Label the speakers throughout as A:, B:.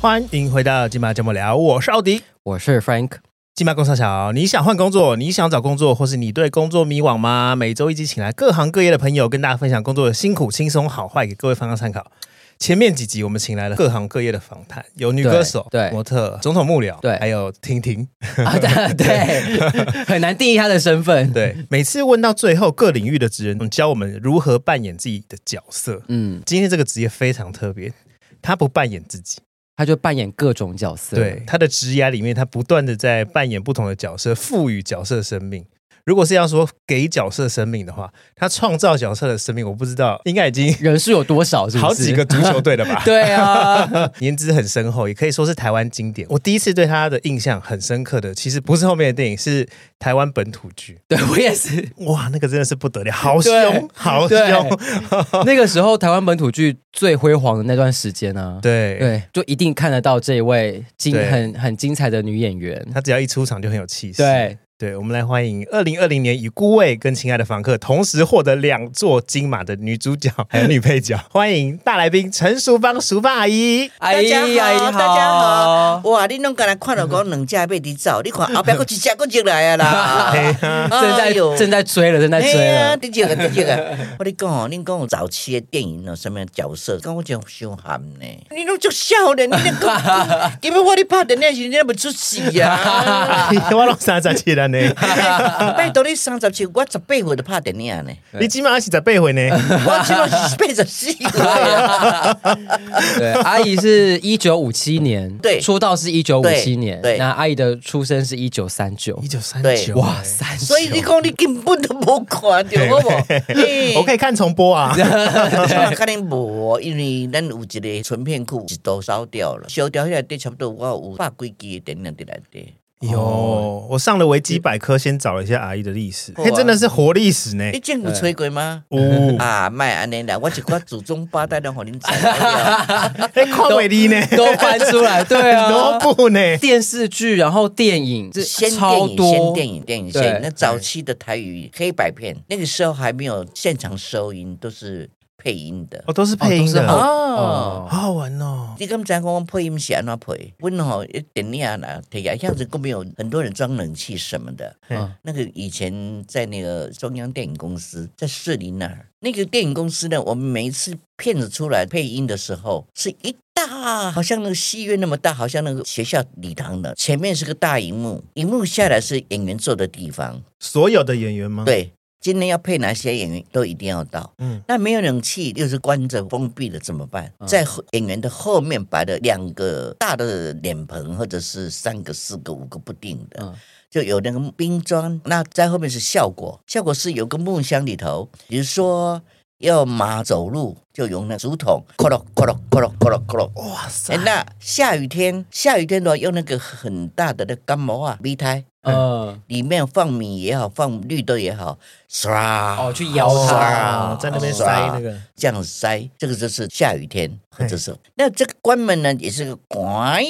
A: 欢迎回到金马节目聊，我是奥迪。
B: 我是 Frank，
A: 金马工商小，你想换工作，你想找工作，或是你对工作迷惘吗？每周一集请来各行各业的朋友，跟大家分享工作的辛苦、轻松、好坏，给各位方向参考。前面几集我们请来了各行各业的访谈，有女歌手、
B: 对对
A: 模特、总统幕僚，
B: 对
A: 还有婷婷。
B: 啊，对对，很难定义他的身份。，
A: 对，每次问到最后，各领域的职人教我们如何扮演自己的角色。
B: 嗯，
A: 今天这个职业非常特别，他不扮演自己，
B: 他就扮演各种角色。
A: 对，他的职涯里面，他不断的在扮演不同的角色，赋予角色生命。如果是要说给角色生命的话，他创造角色的生命，我不知道，应该已经
B: 人数有多少是不 是？
A: 好几个。足球队了 吧？
B: 对啊，
A: 年资很深厚，也可以说是台湾经典。我第一次对他的印象很深刻的，其实不是后面的电影，是台湾本土剧。
B: 对我也是。
A: 哇，那个真的是不得了，好凶
B: 对，
A: 好
B: 对
A: 凶，
B: 那个时候台湾本土剧最辉煌的那段时间啊，
A: 对。
B: 对，就一定看得到这位精
A: 对
B: 很很精彩的女演员。
A: 他只要一出场就很有气势。
B: 对，
A: 对，我们来欢迎二零二零年与孤味跟亲爱的房客同时获得两座金马的女主角还有女配角，欢迎大来宾陈淑芳淑芳阿 姨。
B: 阿姨
C: 大家好
B: 阿姨
C: 大家好，哇，你拢敢若看到讲两只被你走，你看后壁佫一只佫进来啊啦
A: 嘿啊？
C: 哎
B: 正在
C: 呦
B: 正在追了，正在
C: 哎
B: 追啊
C: 呀，
B: 了。
C: 第几个？第几个？我跟你讲哦，恁讲有早期的电影哦，什么角色？跟我讲伤含呢？你拢足少年，你恁讲，因为我咧拍电影的时候，你不出戏啊
A: 我拢三十七了呢，
C: 拜托你三十七，我十八岁就拍电影呢，
A: 你今晚是十八岁呢？
C: 我起码是八十四岁啊。
B: 对，阿姨是一九五七年，
C: 对
B: 出道是一九五七年，
C: 对对
B: 那阿姨的出生是一九三九
A: 一，九三
C: 对
A: 九，哇
B: 哇，
A: 塞！
B: 三
C: 所以你讲你根本都无看
A: 对
C: 着，好无？嘿
A: 我可以看重播啊。
C: 啊，肯定无 哦，因为咱有一个存片库是都烧掉了，烧掉遐底差不多我有百几支的电影伫内底。
A: 哟，我上了维基百科，先找了一下阿姨的历史，
C: 哇
A: 嘿，真的是活历史呢
C: 你。见 有吹过吗？
A: 哦，
C: 啊，卖安尼啦，我一寡祖宗八代都互恁知了。
A: 哎，跨美丽呢，
B: 都翻出来，对 啊，
A: 都不呢。
B: 电视剧，然后电影，这
C: 先
B: 超
C: 电影，先
B: 多
C: 电影，电影
B: 对
C: 先。那早期的台语黑白片，那个时候还没有现场收音，都是配音的。
A: 哦，都是配音的，
B: 哦都是
A: 好
C: 哦。
B: 哦，
A: 好玩哦。
C: 你刚才讲配音是安怎配？阮吼一电影啦，提啊，像是根本有很多人装冷气什么的。
B: 嗯
C: 那个以前在那个中央电影公司，在士林那儿，那个电影公司呢，我们每一次片子出来配音的时候，是一大，好像那个戏院那么大，好像那个学校礼堂的，前面是个大荧幕，荧幕下来是演员坐的地方。
A: 所有的演员吗？，
C: 对，今天要配哪些演员都一定要到。
A: 嗯
C: 嗯，那没有冷气又是关着封闭的怎么办？
A: 嗯
C: 在后演员的后面摆了两个大的脸盆，或者是三个、四个、五个不定的，
B: 嗯
C: 就有那个冰砖。那在后面是效果，效果是有个木箱里头，比如说。要马走路就用那竹筒，咯咯咯咯咯咯咯咯，
A: 哇塞
C: 哎，，那下雨天，下雨天的话用那个很大的那干毛啊，鼻胎，
B: 嗯，
C: 里面放米也好，放绿豆也好，唰
B: 哦，去摇
C: 唰
B: 它
C: 哦
A: 在那边塞
C: 唰
A: 那个
C: 这样塞，这个就是下雨天或者是那这个关门呢，也是个关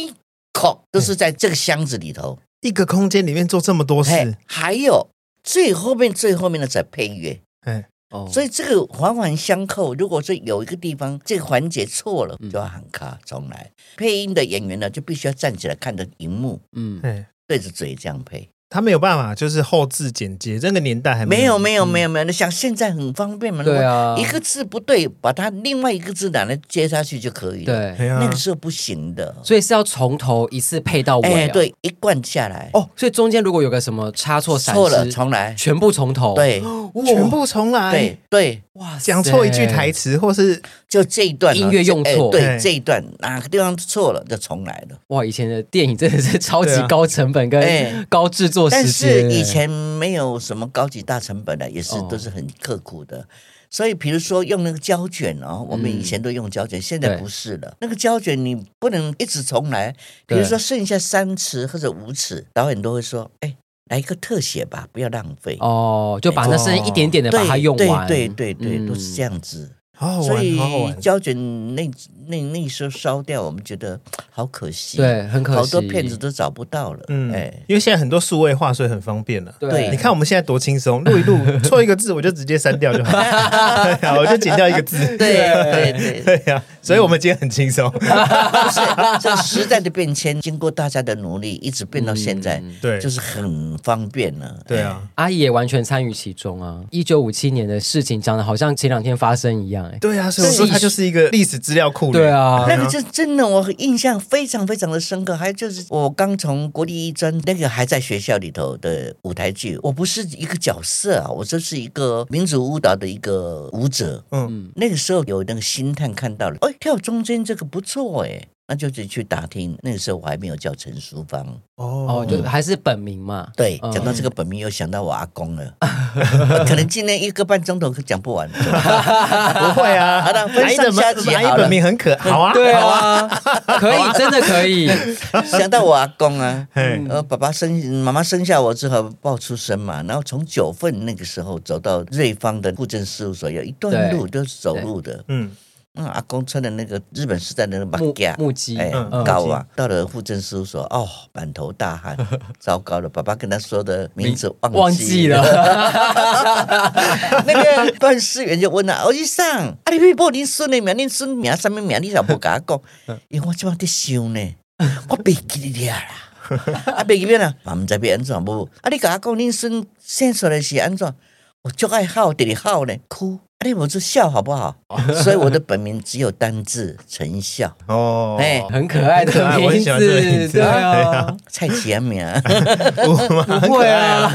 C: 口，都是在这个箱子里头。
A: 一个空间里面做这么
B: 哦
A: 多
C: 嘿
A: 事，，
C: 还有最后面最后面的才配乐，
A: 哎，
B: 哦，
C: 所以这个环环相扣。如果说有一个地方这个环节错
B: 嗯
C: 了，就要喊卡重来。配音的演员呢，就必须要站起来看着荧幕，
B: 嗯，
A: 哎，
C: 对着嘴这样配。
A: 他没有办法，就是后置剪接，这个年代
B: 哎
A: 还
C: 没有没有没
A: 有，
C: 有没有，你想现在很方便嘛？
B: 嗯对啊
C: 一个字不对，把它另外一个字拿来接下去就可以了。
B: 对，啊
C: 那
A: 那
C: 个时候不行的。
B: 所以是要从头一次配到尾
C: 哎，
B: 啊，
C: 对，一贯下来，
B: 哦，所以中间如果有个什么差错、闪
C: 错了
B: 失
C: 重来
B: 全部从头，，
C: 对
A: 全部重来
C: 对，对，
B: 哇塞，
A: 讲错一句台词或是
C: 就这一段哦
B: 音乐用
C: 这哎
B: 错
A: 哎
C: 对这一段哪个地方错了就重来了。
B: 哇，以前的电影真的是超级
A: 对啊
B: 高成本
C: 哎
B: 跟高制作
C: 但
B: 时间，
C: 是以前没有什么高级大成本的，也是
B: 哦
C: 都是很刻苦的。所以，比如说用那个胶卷哦，我们以前都用胶卷，现在
B: 嗯对
C: 不是了。那个胶卷你不能一直重来，比
B: 对
C: 如说剩下三尺或者五尺，导演都会说：“哎，来一个特写吧，不要浪费。
B: 哦，就把那剩一点点的把它用完，
C: 哦对对对对，
B: 嗯
C: 都是这样子。
A: 哦好好
C: 所
A: 玩，
C: 以
A: 好好玩。
C: 胶卷那那那时候烧掉，我们觉得嗯好可惜，，
B: 对，很可惜，
C: 好多片子都找不到了，
A: 嗯，
C: 哎，
A: 因为现在很多数位化，所以很方便了。
C: 对
A: 你看我们现在多轻松，录一 录，错一个字我就直接删掉就好，对啊我就剪掉一个字。
C: 对嗯对对，
A: 对呀、所以我们今天很轻松。
C: 是这时代的变迁，经过大家的努力，一直变到现在，
A: 嗯对，
C: 就是很方便了。哎
A: 对啊，
B: 阿姨也完全参与其中啊！一九五七年的事情讲的好像前两天发生一样、哎，
A: 对啊，所以我说它就是一个历史资料库。
B: 对，啊
C: 哎，，那个就真的我印象非常非常的深刻。还有就是我刚从国立一专那个还在学校里头的舞台剧，我不是一个角色啊，我就是一个民族舞蹈的一个舞者。
A: 嗯，
C: 那个时候有那个星探看到了，哎，跳中间这个不错哎，那就去去打听。那个时候我还没有叫陈淑芳，
A: 哦
B: 哦，就还是本名嘛，
C: 对，
B: 嗯
C: 讲到这个本名又想到我阿公了， 可能今天一个半钟头可讲不完。
A: 不会啊，
C: 好的分上下集
A: 阿姨
C: 好了
A: 本名很可好啊，
B: 对啊，可以，真的可以，
C: 想到我阿公啊，
A: 嘿
C: 呃，爸爸生妈妈生下我之后抱出生嘛，然后从九份那个时候走到瑞芳的户政事务所，有一段
B: 对
C: 路都是走路的。
A: 嗯，
C: 那、阿公穿的那个日本时代的那个马
B: 木
C: 甲。
B: 木屐，
C: 哎
A: 嗯，
C: 高啊！到了户政事务所，哦，满头 大汗，糟糕了！爸爸跟他说的名字
B: 嗯
C: 忘
B: 忘记。了，
C: 那个办事员就问他：“我去上，啊，你去报恁孙的名，恁孙名什么名？你怎不甲我
B: 嗯
C: 讲？因为我即摆在想呢，我袂记得啦。啊，袂记得啦， 嘛毋知要安怎无？啊，你甲我讲恁孙生出来是安怎？我就爱好，直直好呢，哭。啊，你无就笑好不好？
B: 哦
C: 所以我的本名只有单字陈笑，
A: 哦，
C: 哎、
B: 很可爱
A: 很可
B: 的
A: 爱我
B: 名
A: 很喜欢这个名
B: 字，
A: 字对
B: 对啊
A: 啊，
C: 蔡奇安 名。
A: 不
B: 会啊，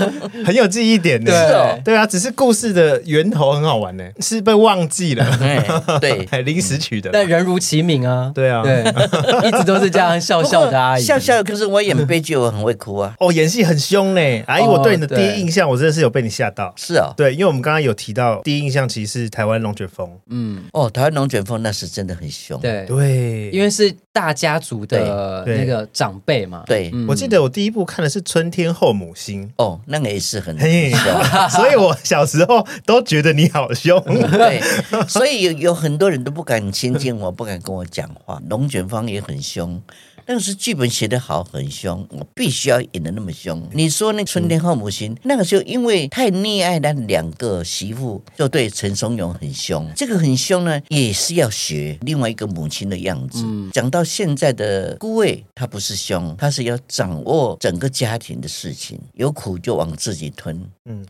A: 很有记忆点的。
B: 对
C: 哦
A: 对啊，只是故事的源头很好玩呢，是被忘记了，
C: 哎， 对。
A: 还临时取的。
B: 但人如其名啊，
A: 对啊
B: 对，一直都是这样笑哦笑的阿姨，
C: 笑笑，可是我演悲剧，我很会哭啊。
A: 哦，演戏很凶呢，阿姨，
B: 哦
A: 我对你的第
B: 对
A: 一印象，我真的是有被你吓到。
C: 是哦，
A: 对，因为我们刚刚有提到，第一印象其实是台湾龙卷风。
B: 嗯，
C: 哦，台湾龙卷风那是真的很凶。
B: 对，
A: 对，
B: 因为是大家族的
A: 对对
B: 那个长辈嘛，
C: 对
B: 嗯
A: 我记得我第一部看的是《春天后母 心
C: 哦，那个也是很》，
A: 嘿
C: 很凶。
A: 所以我小时候都觉得你好凶。
B: 嗯
C: 对，所以有有很多人都不敢亲近我，不敢跟我讲话。龙卷风也很凶，但是剧本写得好，很凶，我必须要演得那么凶。你说那春天后母心，那个时候因为太溺爱那两个媳妇，就对陈松勇很凶。这个很凶呢，也是要学另外一个母亲的样子。讲到现在的孤位，他不是凶，他是要掌握整个家庭的事情，有苦就往自己吞。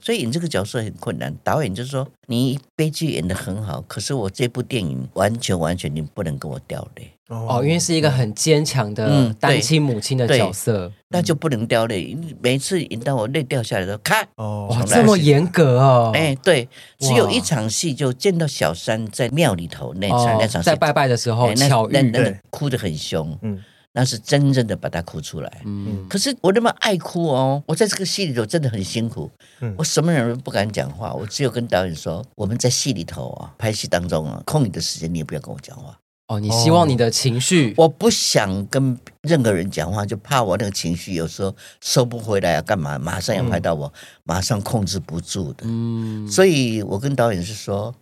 C: 所以演这个角色很困难。导演就说你悲剧演得很好，可是我这部电影完全完全你不能跟我掉泪，
B: 哦，因为是一个很坚强的
C: 嗯
B: 单亲母亲的
C: 对
B: 角色，
C: 那就不能掉泪。每次演到我泪掉下来的时候，咔，
A: 哦
B: 哇，
C: 从来
B: 这么严格哦，
C: 哎，对，只有
B: 哇
C: 一场戏就见到小三在庙里头那场、
B: 哦
C: 那场戏
B: 在，拜拜的时候
C: 哎，那
B: 巧
C: 那
B: 遇，
C: 那
A: 对
C: 哭得很凶，
A: 嗯
C: 那是真正的把她哭出来。
B: 嗯，
C: 可是我那么爱哭哦，我在这个戏里头真的很辛苦，
A: 嗯
C: 我什么人都不敢讲话，我只有跟导演说，我们在戏里头啊，拍戏当中啊，空余的时间你也不要跟我讲话，
B: 哦，你希望你的情绪，
C: 我不想跟任何人讲话，就怕我那个情绪有时候收不回来啊，干嘛？马上要拍到我，马上控制不住的，
B: 嗯，
C: 所以我跟导演是说，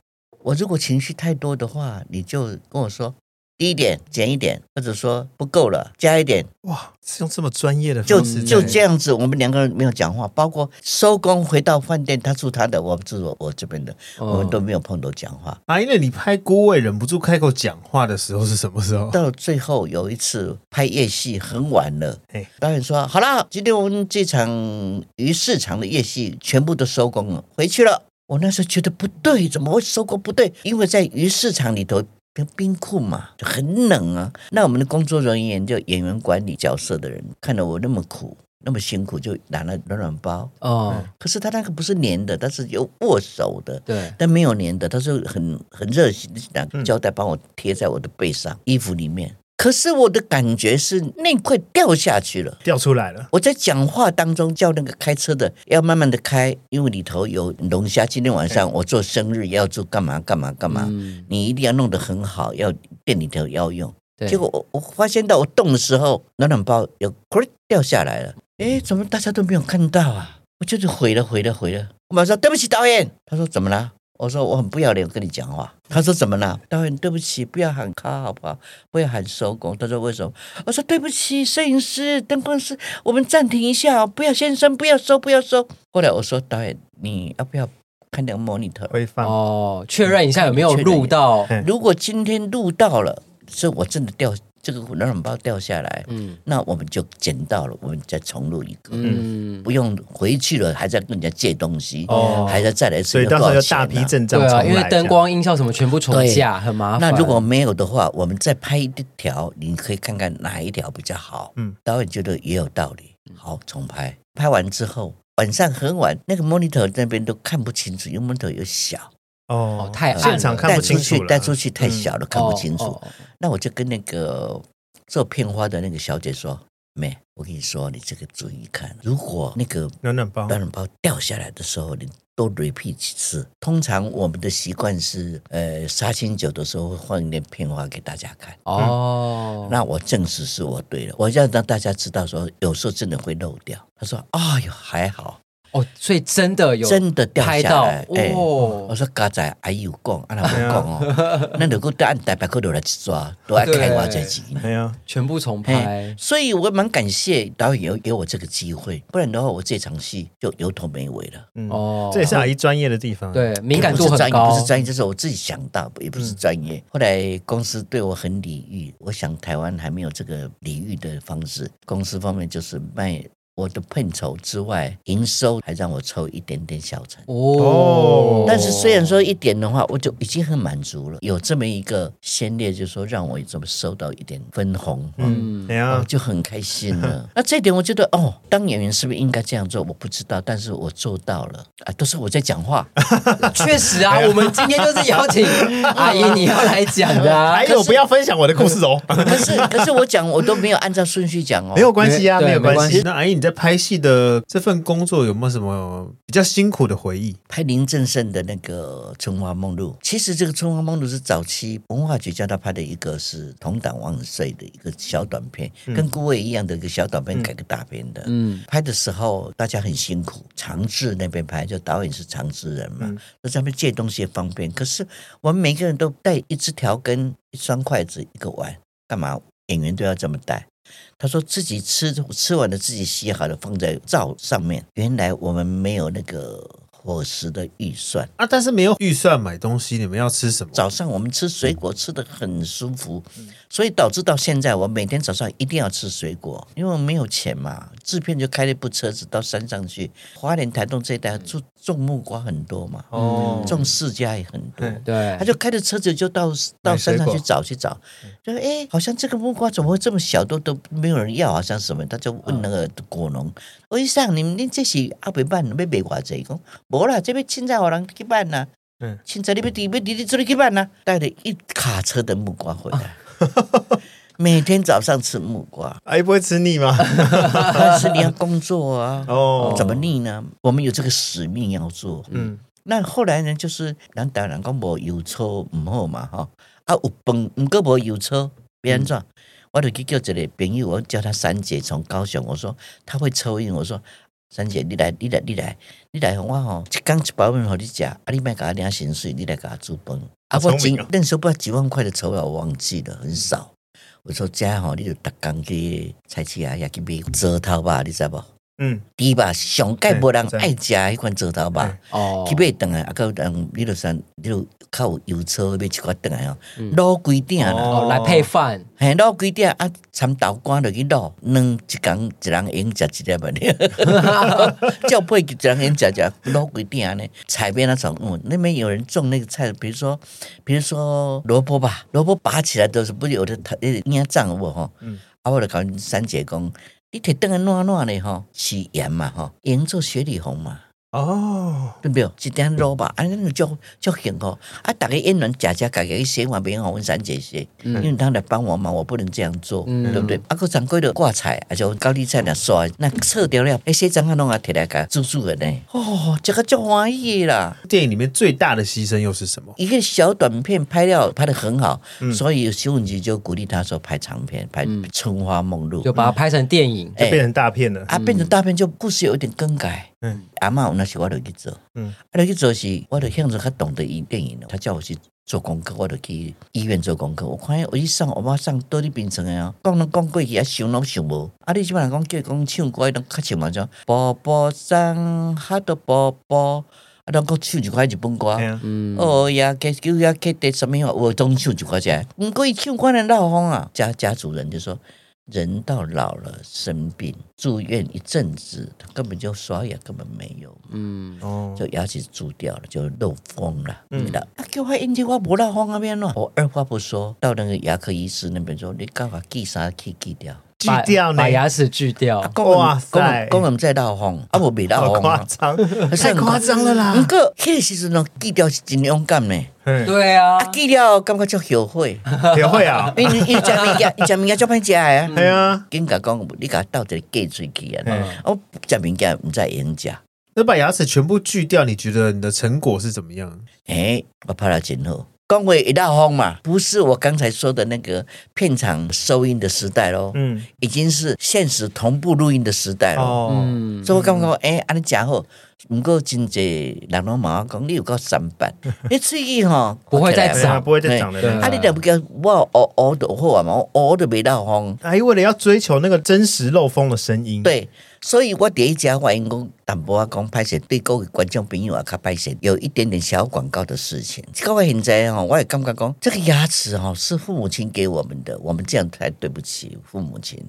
C: 我如果情绪太多的话，你就跟我说。低一点，减一点，或者说不够了，加一点，
A: 哇，是用这么专业的
C: 就
A: 方式
C: 就
A: 在
C: 这样子，我们两个人没有讲话，包括收工回到饭店，他住他的，我住我我这边的，
B: 哦
C: 我们都没有碰头讲话。
A: 阿姨，那啊你拍孤位忍不住开口讲话的时候是什么时候？
C: 到最后有一次拍夜戏很晚了
A: 哎，
C: 导演说好了，今天我们这场鱼市场的夜戏全部都收工了，回去了。我那时候觉得不对，怎么会收工不对？因为在鱼市场里头。冰库嘛，就很冷啊。那我们的工作人员就演员管理角色的人，看到我那么苦，那么辛苦，就拿了暖暖包，
B: 哦，
C: 可是他那个不是粘的，它是有握手的，
B: 对，
C: 但没有粘的，他是很很热心的拿胶带帮我贴在我的背上、衣服里面。可是我的感觉是那块掉下去了。
A: 掉出来了，
C: 我在讲话当中叫那个开车的要慢慢的开，因为里头有龙虾。今天晚上我做生日要做干嘛干嘛干嘛，
B: 嗯，
C: 你一定要弄得很好，要店里头要用。
B: 对
C: 结果我我发现到我动的时候，暖暖包有咕噜掉下来了。诶，怎么大家都没有看到啊？我就是毁了，毁了，毁了！我马上说对不起导演。他说怎么了？我说我很不要脸跟你讲话。他说怎么了？导演对不起，不要喊卡好不好？不要喊收工。他说为什么？我说对不起，摄影师、灯光师，我们暂停一下，哦不要先生，不要收，不要收。后来我说导演，你要不要看那个 monitor？
A: 回放
B: 哦，确认一下有没有
C: 确认
B: 录到，
A: 嗯
C: 如果今天录到了，是我真的掉这个暖暖包掉下来，
B: 嗯
C: 那我们就捡到了，我们再重录一个，
B: 嗯，
C: 不用回去了还在跟人家借东西，
A: 哦
C: 还在再来一次
A: 所以
C: 要
A: 到时候
C: 多
A: 就
C: 少
A: 大
C: 钱
A: 批
C: 啊
A: 阵仗
B: 对
A: 重
B: 啊，
A: 来
B: 因为灯
A: 这样
B: 光、音效什么全部重架，很麻烦。
C: 那如果没有的话，我们再拍一条，你可以看看哪一条比较好。
A: 嗯
C: 嗯，导演觉得也有道理，好重拍。拍完之后，晚上很晚，那个 monitor 那边都看不清楚，因为 monitor 又小，
A: 哦
B: 哦太暗了
A: 现场看
C: 带
A: 不
C: 出
A: 清
C: 去
A: 楚了嗯
C: 带出去太小了，看不清楚。
B: 哦哦
C: 那我就跟那个做片花的那个小姐说：“妹，我跟你说，你这个注意看，如果那个
A: 暖暖
B: 哦
A: 包
C: 暖暖包掉下来的时候，你多 repeat 几次。通常我们的习惯是，呃，杀青酒的时候会放一点片花给大家看。
B: 哦，
C: 那我证实是我对了，我要让大家知道说，有时候真的会漏掉。他说：“哎呦，还好，
B: 哦，所以真的有
C: 真的掉
B: 拍
C: 下
B: 到
C: 来。哎我
B: 哦，哎
C: 说：“嘎仔，哎呦，讲，啊，那不讲哦，那如果按台北可都来一抓，都要开我这钱。”
A: 哎呀，
B: 全部重
C: 哎
B: 拍，，
C: 所以我蛮感谢导演有给我这个机会，不然的话，我这场戏就有头没尾了。
A: 嗯
B: 哦
A: 这也是阿姨专业的地方，，啊
B: 对，敏感度
C: 不是
B: 很
C: 专业，
B: 高嗯
C: 不是，专业，这是我自己想到，也不是专业。后来公司对我很礼遇，我想台湾还没有这个礼遇的方式。公司方面就是卖我的片酬之外，营收还让我抽一点点小成。
B: 哦
A: 哦
C: 但是虽然说一点的话，我就已经很满足了。有这么一个先烈，就是说让我这么收到一点分红，嗯，
A: 嗯，哎
C: 哦
A: 呀，
C: 就很开心了。
B: 嗯
C: 那这一点我觉得，哦，当演员是不是应该这样做？我不知道，但是我做到了啊，都是我在讲话。
B: 确实
C: 哎
B: 啊，我们今天就是邀请阿 姨你要来讲的啊
A: 还，有不要分享我的故事哦，
C: 可是可是我讲我都没有按照顺序讲哦，
A: 没有关系啊，
B: 对
A: 没有
B: 没
A: 关
B: 关
A: 系。
B: 系
A: 那阿姨你在拍戏的这份工作有没有什么比较辛苦的回忆？
C: 拍林正盛的那个《春花梦露》。其实这个《春花梦露》是早期文化局叫他拍的一个是同党万岁的一个小短片，
A: 嗯
C: 跟顾魏一样的一个小短片改个大片的。
B: 嗯，
C: 拍的时候大家很辛苦，长治那边拍，就导演是长治人嘛，那他们借东西也方便。可是我们每个人都带一只条根、一双筷子、一个碗，干嘛？演员都要这么带。他说自己吃吃完了，自己洗好了放在灶上面。原来我们没有那个伙食的预算，
A: 啊，但是没有预算买东西，你们要吃什么？
C: 早上我们吃水果吃的很舒服，所以导致到现在我每天早上一定要吃水果，因为我没有钱嘛。制片就开了一部车子到山上去，花莲台东这一带种种木瓜很多嘛，
A: 哦
C: 种释迦也很多。
A: 嗯
B: 对
C: 他，就开着车子就到到山
A: 买水
C: 上
A: 果
C: 去找去找，就说哎，好像这个木瓜怎么会这么小，都都没有人要，好像什么？他就问那个果农，我一上你们你这是阿伯办，要卖偌济？讲无啦，这边凊彩有人去办呐、
A: 嗯，
C: 嗯，凊彩你要提要提你做你去办呐、带了一卡车的木瓜回来，每天早上吃木瓜
A: 阿姨不会吃腻 吗？
C: 但是你要工作啊，
A: 哦，
C: 怎么腻呢？我们有这个使命要做，
A: 嗯，
C: 那后来呢，就是咱台湾人讲无油车毋好嘛吼，啊有饭毋过无油车，要安怎？
A: 嗯
C: 我就去叫一个朋友，我叫他三姐从高雄，我说他会抽烟，我说三姐你来你来你来你来，我吼一工一包面互你食，啊你莫甲我领薪水，你来甲我煮饭。啊
A: 好
C: 我
A: 聪
C: 几
A: 明哦
C: 那时候不知道几万块的酬劳我忘记了，很少。我说这吼，你就逐工去菜市啊，也去买折头吧，你知无？
A: 嗯，
C: 猪吧，上届无人
A: 嗯知
C: 爱食迄款折头吧。
A: 嗯
B: 哦
C: 去买顿来，啊，到人你就算你就较有油车买一寡顿来哦，卤几鼎啦，
B: 嗯哦来配饭，
C: 嘿，卤几鼎啊，参豆干落去卤，两一工一人用食一粒嘛， 你 照配一人用食食卤几鼎呢？菜边那种，嗯，那边有人种那个菜，比如说，比如说萝卜吧，萝卜拔起来都是不是有的它那个烟瘴有无吼？
B: 嗯
C: 啊，我就甲三姐讲，你摕顿来烂烂咧吼，是盐嘛吼，盐做雪里红嘛。
A: 哦，
C: 对不对？一点卤吧，安尼就足幸福。啊，大家演员家家家家去写话，别让阮三姐写，因为他来帮我忙，我不能这样做，对不对？啊，佮常规的挂菜，啊，就高丽菜来刷，那撤掉了，那些张啊拢啊摕来甲煮煮的呢。哦，这个足欢喜的啦！
A: 电影里面最大的牺牲又是什么？
C: 一个小短片拍了拍的很好，所以新闻局就鼓励他说拍长片，拍《春花梦露》
B: 就把它拍成电影，
C: 哎
A: 变成大片了，
C: 啊啊，变成大片就故事有一点更改。
A: 嗯
C: 阿嬷有那时我就去做，
A: 嗯
C: 嗯，啊，就去做是，我就向着较懂得伊电影了，他叫我去做功课，我就去医院做功课。我看我去上，我妈上倒伫边床的哦，讲拢讲过去，啊，想拢想无。啊，你即摆人讲叫伊讲唱歌，伊拢较唱嘛种，宝宝桑哈多宝宝，啊，拢讲唱一块日本歌。
A: 哎呀，
B: 嗯，
C: 哦呀，给给呀给的什么话，我总唱就歌来。不过一唱歌的闹风啊，家家主人就说，人到老了生病住院一阵子，他根本就刷牙根本没有，
B: 嗯，
A: 哦，
C: 就牙齿蛀掉了，就漏风了。
A: 嗯
C: 嗯的，啊，叫我引起我不漏风啊边咯。我二话不说到那个牙科医师那边说，你干嘛记啥去记掉？
A: 锯
B: 把
A: 掉呢
B: 把，牙齿锯掉，
C: 啊
A: 哇塞
C: 功能在漏风，啊，我没漏
B: 哦
A: 好
C: 风
A: 夸
C: 啊。
A: 张，
C: 还是
A: 太
C: 很
A: 夸张了啦
C: 不！过迄个时阵呢，记掉是真勇敢呢。
A: 嗯，
B: 对啊
C: 啊，，记了感觉足后悔，
A: 也会啊，
C: 因为因为食物件，伊食物件足歹食诶。
A: 哎呀，
C: 紧甲讲，你甲斗一个假喙齿啊！
A: 嗯
C: 我食物件毋知会用食，
A: 那把牙齿全部锯掉，你觉得你的成果是怎么样？
C: 诶，我拍了真好。讲话一大风嘛，不是我刚才说的那个片场收音的时代咯，
A: 嗯，
C: 已经是现实同步录音的时代咯。
A: 哦，
B: 嗯，
C: 所以我感觉诶，安尼真好。毋过真济人拢嘛讲，你有够三八，你喙齿吼
B: 不会再
C: 看
A: 哎
C: 起来
A: 呀，不会再长
B: 对
A: 了
C: 啊，
A: 啦。
C: 你若不叫我学学就好啊嘛，我学就袂大风。
A: 阿姨为了要追求那个真实漏风的声音，，
C: 对，所以我第一家欢迎讲淡薄仔讲歹势，对各位观众朋友也较歹势，有一点点小广告的事情。到我现在吼，我也感觉讲这个牙齿吼是父母亲给我们的，我们这样才对不起父母亲。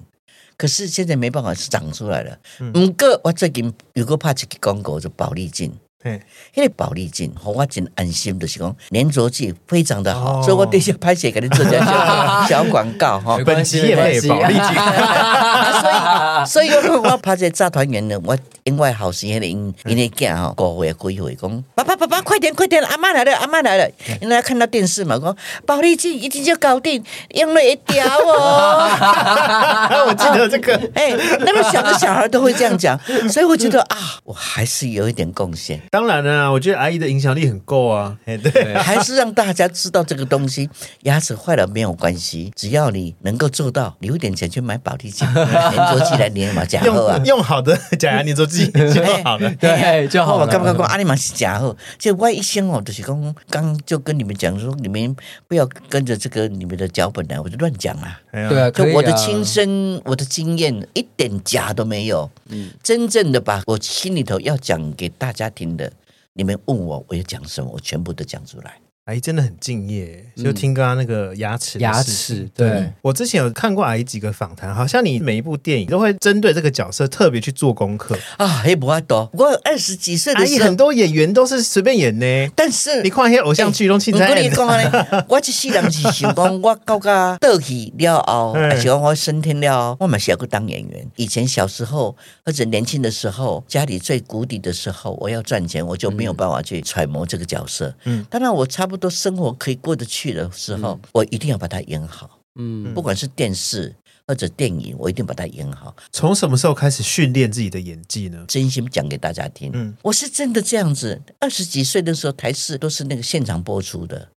C: 可是现在没办法，是长出来了。不过我最近有个拍一个广告，就宝丽镜。
A: 哎，
C: 迄个保利镜，互我真安心，就是讲粘着剂非常的好，
A: 哦
C: 所以我对下拍写给你做这小小广告哈
B: 没。
A: 本
B: 关
A: 期
B: 系
A: 也配
B: 没关系
A: 宝丽 金，
C: 啊 所以我我拍这炸团圆呢，我因为后生迄个因因个囝吼，五岁几岁讲，爸爸爸爸快点快点，阿妈来了阿妈来了，因为他看到电视嘛，讲保利镜一定就搞定，用了会掉哦。
A: 我记得这个。
C: 哎，那么小的小孩都会这样讲，所以我觉得啊，我还是有一点贡献。
A: 当然了啊，我觉得阿姨的影响力很够啊。哎， 对，
C: 还是让大家知道这个东西，牙齿坏了没有关系，只要你能够做到，留一点钱去买保利镜、粘着剂来粘嘛，假好啊
A: 用。用好的 假牙粘着剂就好了。
B: 对就好
C: 我
B: 了。
C: 哦刚刚讲阿里玛是假货，就我一生哦，就是刚刚就跟你们讲说，你们不要跟着这个你们的脚本来，我就乱讲啦。
A: 哎呀
B: 对，啊，
C: 就
B: 可以啊
C: 我的亲身、我的经验，一点假都没有。
B: 嗯
C: 真正的把我心里头要讲给大家听的，你们问我我要讲什么，我全部都讲出来。
A: 阿姨真的很敬业，欸就听刚刚那个牙齿的
B: 牙
A: 事情
B: 齿，对
C: 嗯，
A: 我之前有看过阿姨几个访谈，好像你每一部电影都会针对这个角色特别去做功课。
C: 啊，黑不阿多，我二十几岁
A: 阿
C: 的
A: 姨
C: 时候
A: 很，多演员都是随便演呢，
C: 但是
A: 你看那些偶像剧拢
C: 毋
A: 凊
C: 过
A: 彩
C: 哎你
A: 演。
C: 讲安尼，我一世人是想讲，我到甲倒去了后，
A: 嗯
C: 还是讲我升天了后，我嘛是要去当演员。以前小时候或者年轻的时候，家里最谷底的时候，我要赚钱，我就没有办法去揣摩这个角色。
A: 嗯
C: 嗯，当然我差不多生活可以过得去的时候，我一定要把它演好，
B: 嗯
C: 不管是电视。或者电影，我一定把它演好，
A: 从什么时候开始训练自己的演技呢？
C: 真心讲给大家听。
A: 嗯
C: 我是真的这样子。二十几岁的时候，台视都是那个现场播出的。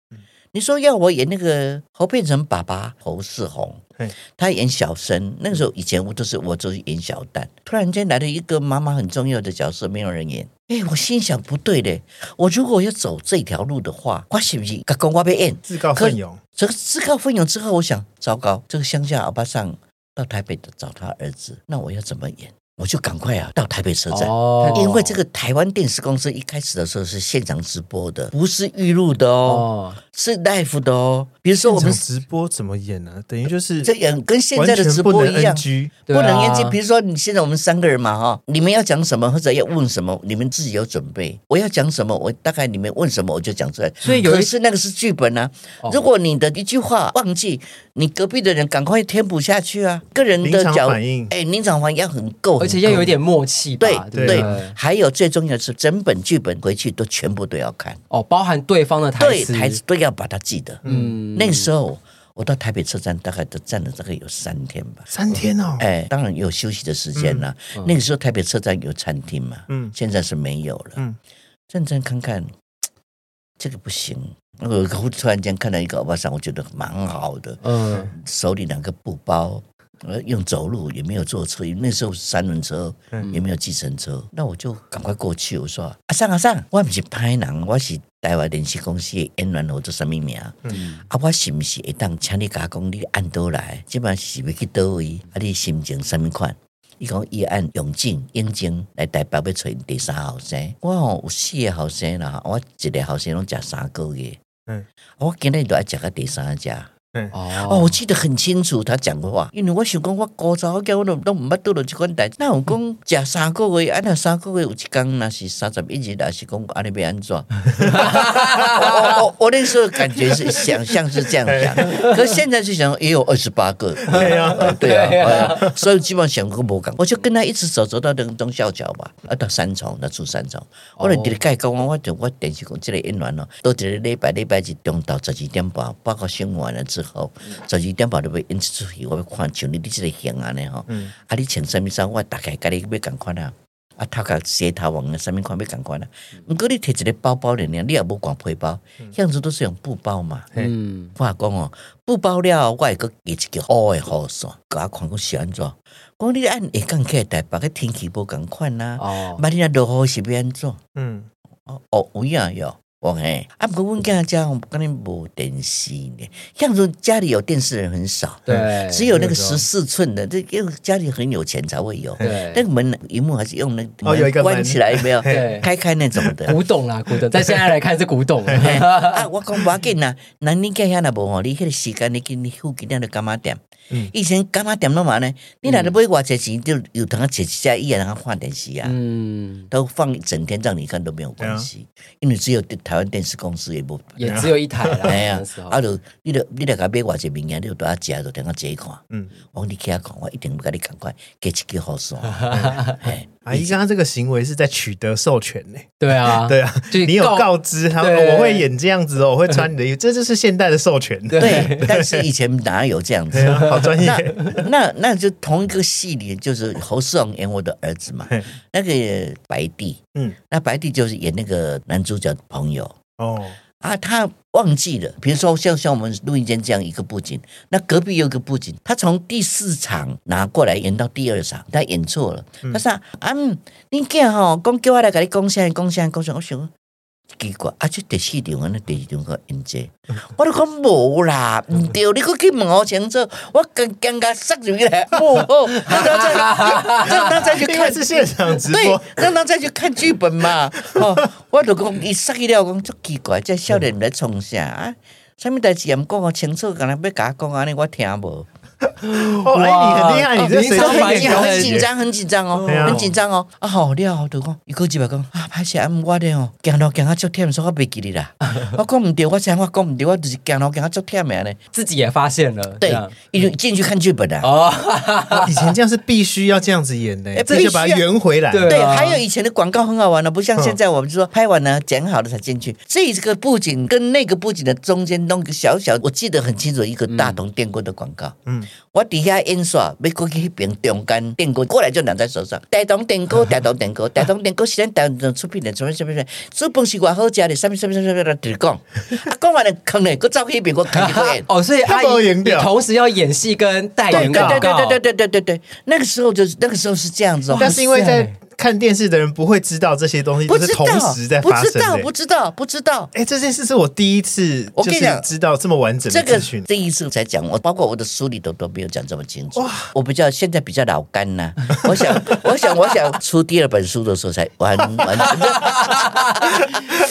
C: 你说要我演那个侯佩岑爸爸侯世宏
A: 嘿，
C: 他演小生。那个时候以前我都是我都是演小旦，突然间来了一个妈妈很重要的角色，没有人演。哎，我心想不对嘞，我如果要走这条路的话，我是不是跟公我要演？
A: 自告奋勇，
C: 这个自告奋勇之后，我想，糟糕，这个乡下阿巴桑到台北找他儿子，那我要怎么演？我就赶快啊，到台北车站。
B: 哦
C: 因为这个台湾电视公司一开始的时候是现场直播的，不是预录的哦，
B: 哦，
C: 是 live 的哦。比如说我
A: 现
C: 们
A: 场直播怎么演呢？等于就是
C: 这演跟现
A: 完
C: 在的
A: 全
C: 直
A: 不
C: 播
A: 能
C: 一样。
A: NG。
B: 对
C: 不能
B: 啊
C: 验证，比如说你现在我们三个人嘛哈，你们要讲什么或者要问什么，你们自己有准备。我要讲什么，我大概你们问什么我就讲出来。
B: 所以有一
C: 可是那个是剧本啊，
B: 哦
C: 如果你的一句话忘记，你隔壁的人赶快填补下去啊。个人
A: 临
C: 的
A: 场
C: 角
A: 反应
C: 哎，临场反应要很够，
B: 而且
C: 很
B: 要
C: 够
B: 有一点默契吧
C: 哦对，
B: 对
A: 对
B: 不对？
C: 还有最重要的是，整本剧本回去都全部都要看，
B: 哦，包含对方的台
C: 对
B: 词，
C: 台词都要把它记得。
B: 嗯，
C: 那个时候我到台北车站，大概都站了大概有三天吧。
A: 三天哦，
B: 嗯
C: 哎，当然有休息的时间啦。那个时候台北车站有餐厅嘛，
A: 嗯
C: 现在是没有了。
A: 嗯
C: 认真看看，嘖这个不行。我突然间看到一个欧巴桑，我觉得蛮好的，
B: 嗯，
C: 手里两个布包，呃，用走路也没有坐车，那时候是三轮车
A: 嗯
C: 也没有计程车，那我就赶快过去。我说：“阿上阿啊上，我不是拍人，我是台湾电视公司的演员，我做什么名？
B: 嗯
C: 啊，我是不是会当请你甲讲你按倒来？即摆是要去倒位？啊，你心情什么款？”伊讲伊按永靖、永靖来台北要找第三后生，我吼有四个后生啦，我一个后生拢食三个月，
A: 嗯
C: 嗯，我今日就爱食到第三只。哦，
B: 哦
C: 我，记得很清楚他讲的话，因为我想讲我古早我叫我都都毋捌拄到即款代志。那有讲食三个月，啊那三个月有一工若是三十一日，若是讲安尼要安怎？ 我我我我那时候感觉是想象是这样想，可现在就想也有二十八个，对
A: 啊
C: 对啊
B: 对啊
C: 哎呀，所以基本上想个无共，我就跟他一直走走到那个忠孝桥嘛，啊到三重，那住三重，我就直直甲伊讲，我我就我电视讲即个演员咯，到一个礼拜礼拜日中昼十二点半，报告新完了之后，十二点半就要演一出戏，我要看像你你即个型安尼吼，
B: 嗯
C: 啊你穿啥物衫，我大概甲你要共款啊。啊，头壳洗头毛啊，啥物款要共款啊？毋过你摕一个包包尔尔，你也无挂皮包，样子都是用布包嘛。
B: 嗯，
C: 我也讲哦，布包了，我会阁加一支好的雨伞，甲我看讲是安怎。讲你按下降起来台北个天气无共款啊，
B: 哦，
C: 万一若落雨是要安怎？
A: 嗯，
C: 哦哦，有影哟。哦嘿，啊，不过阮家家可能无电视呢，像说家里有电视的人很少，
B: 对，
C: 只有那个
A: 那个
C: 十四寸的，这因为家里很有钱才会有。
B: 对
C: 那个门荧幕还是用那
A: 哦有一个门
C: 关起来有没有？
B: 对
C: 开开那种的。
B: 古董啦，古董，在现在来看是古董，
C: 嘿 啊，我讲无要紧啦，那你家遐若无吼，你迄个时间你去你附近那个干嘛店
A: 嗯？
C: 以前干嘛店拢嘛呢？你若要买偌济钱，就有通啊坐一只椅啊，然后看电视啊，
B: 嗯，
C: 都放一整天让你看都没有关系，因为只有台湾电视公司也不。
B: 也只有一台啦，
C: 哎呀
B: 那时，候
C: 啊，就你就你来甲买偌济物件，你就倒啊食，就等下坐一看。
A: 嗯，
C: 我讲你起来看，我一定要甲你赶快加一支雨伞。嘿
A: 阿姨刚刚这个行为是在取得授权呢、
B: 对啊，
A: 对啊，
B: 就是
A: 你有告知他们，
B: 对
A: 我会演这样子哦，我会穿你的衣服，这就是现代的授权。
C: 对，但是以前哪有这样子
A: 对？啊，好专
C: 那
A: 业。
C: 那那就同一个戏里，就是侯世荣演我的儿子嘛
A: 嘿，
C: 那个白帝，
A: 嗯，
C: 那白帝就是演那个男主角的朋友
A: 哦，
C: 啊，他忘记了，比如说像像我们录音间这样一个布景，那隔壁有一个布景，他从第四场拿过来演到第二场，他演错了，他说啊，嗯，你囝吼，讲叫我来跟你讲啥讲啥讲啥，我想说。奇怪，啊！这第四场安尼，第二场个演这，我都讲无啦，毋对，你佫去问我清楚，我更更加塞入去来，哦哦，让他再让他再去
A: 因为
C: 看
A: 是现场直
C: 对
A: 播，，
C: 让他再去看剧本嘛。哦，我就讲伊塞去了，讲足奇怪，这少年毋知创啥啊？啥物代志也毋讲我清楚，敢若要甲我讲安啊尼，我听无。
A: 哦，哎，你很厉害，
B: 哇
A: 你这
B: 哦
A: 随
B: 都
A: 机
B: 很
A: 一
B: 紧
A: 点
B: 张
A: 高
C: 很
A: 级
C: 紧，张，很紧张哦，
A: 对啊
C: 很紧张哦。啊好了后，就讲伊过几摆讲啊，歹势啊，毋我咧哦，行路行啊足忝，所以我袂记你啦。我讲毋对，我知影我讲毋对，我就是行路行啊足忝的咧。
B: 自己也发现了，
C: 对
B: 这样，
C: 伊就进去看剧本啊。
B: 哦，
A: 哦 以前这样是必须要这样子演的，
C: 哎
A: 这就把它
C: 必须啊
A: 圆回来。
B: 对
C: 对，
B: 啊
C: 还有以前的广告很好玩的，不像现在我们就说拍完了剪好了才进去。这个布景跟那个布景的中间弄个小小，我记得很清楚，一个大同电锅的广告。
A: 嗯
C: 嗯，我底下印刷，要过去那边中间电锅过来就拿在手上。大同电锅，大同电锅，大同电锅是咱台湾出品的，什么什么什么，煮饭是偌好食的，什么什么什么什么的，直讲。啊，讲完了，坑嘞，搁走去那边，我坑一个
B: 哦，所以阿
A: 他不会
B: 姨
A: 赢
B: 你
A: 掉
B: 同时要演戏跟代
C: 对
B: 言
C: 对
B: 广
C: 对
B: 告，
C: 对对对对对对，那个时候就是那个时候是这样子哦。
A: 但是因为
B: 哇
A: 在
B: 塞
A: 看电视的人不会知道这些东西，
C: 不
A: 都
C: 知
A: 是
C: 道，
A: 同时在发
C: 不
A: 生
C: 知道，
A: 的。
C: 不知道，不知道。
A: 哎，这件事是我第一次
C: 我
A: 就
C: 跟你
A: 是
C: 讲
A: 知道这么完整
C: 这
A: 的
C: 个
A: 资讯。
C: 第一次才讲，我包括我的书里头都没有讲这么清楚。我比较现在比较老干呐、 我想，我想，我想出第二本书的时候才完完全。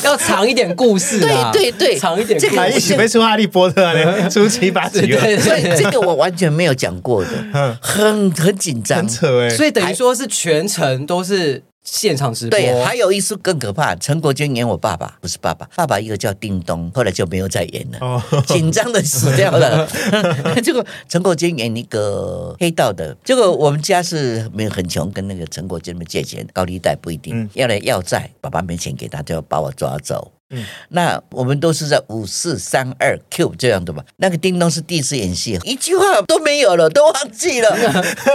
B: 要藏一点故事啊，
C: 对对对
B: 藏一点故
C: 这个
A: 哎还一
B: 事，
A: 起被出《哈利波特》呢，出七八集了，
B: 对
C: 所以
B: 对
C: 这个我完全没有讲 过的，很很紧张
A: 嗯很。扯哎、
B: 对，所以等于说是全程都是现场直播，
C: 对，还有一出更可怕，陈国军演我爸爸，不是爸爸，爸爸一个叫叮咚，后来就没有再演了。
A: 哦，
C: 紧张的死掉了。 结果陈国军演一个黑道的，结果我们家是没有很穷，跟那个陈国军们借钱，高利贷不一定、
A: 嗯
C: 要来要债，爸爸没钱给他，就要把我抓走。
A: 嗯
C: 那我们都是在五四三二 Q 这样的嘛。那个叮咚是第一次演戏，一句话都没有了，都忘记了。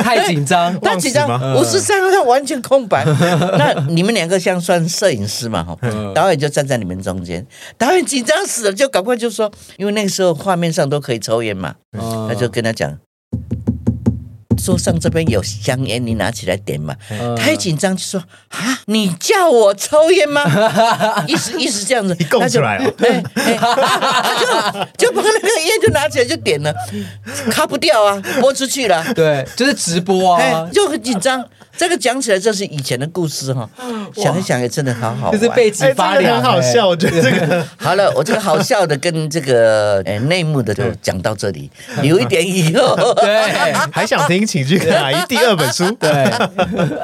B: 太紧 张，
C: 那几张
A: 忘记
C: 五十三号完全空白。 那你们两个像算摄影师嘛？哈，导演就站在你们中间，导演紧张死了，就赶快就说，因为那个时候画面上都可以抽烟嘛，
B: 嗯
C: 他就跟他讲，桌上这边有香烟，你拿起来点嘛。
B: 嗯
C: 他一紧张就说啊，你叫我抽烟吗？一时一时 这样子，
A: 供
C: 他
A: 出
C: 就
A: 来了，啊
C: 哎哎 他就就把那个烟就拿起来就点了，卡不掉啊，拨出去了。
B: 对，就是直播
C: 哎
B: 啊，，
C: 就很紧张。这个讲起来，这是以前的故事哈、想一想也真的好好玩。
B: 就是背脊
A: 哎，这
B: 发
A: 个
B: 凉，
A: 很好
B: 哎
A: 笑，我觉得这个
C: 好了，我这个好笑的跟这个呃内幕的就讲到这里，有一点以后
B: 对
A: 还想听，请 去看阿姨第二本书。对，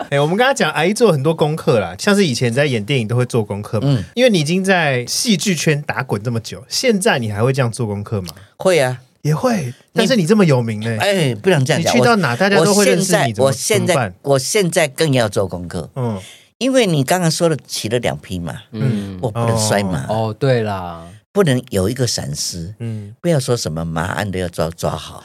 A: 哎，我们刚刚讲阿姨做很多功课啦，像是以前在演电影都会做功课嘛，
C: 嗯
A: 因为你已经在戏剧圈打滚这么久，现在你还会这样做功课吗？
C: 会啊。
A: 也会，但是你这么有名呢，
C: 哎，不能这样讲。
A: 你去到
C: 我
A: 哪大家都会认识你
C: 我现
A: 怎么怎么
C: 在
A: 办，
C: 我现在更要做功课，
A: 嗯，
C: 因为你刚刚说了骑了两匹马，
B: 嗯，
C: 我不能摔马，
B: 哦，对啦，
C: 不能有一个闪失。
A: 嗯，
C: 不要说什么马鞍都要抓 抓好。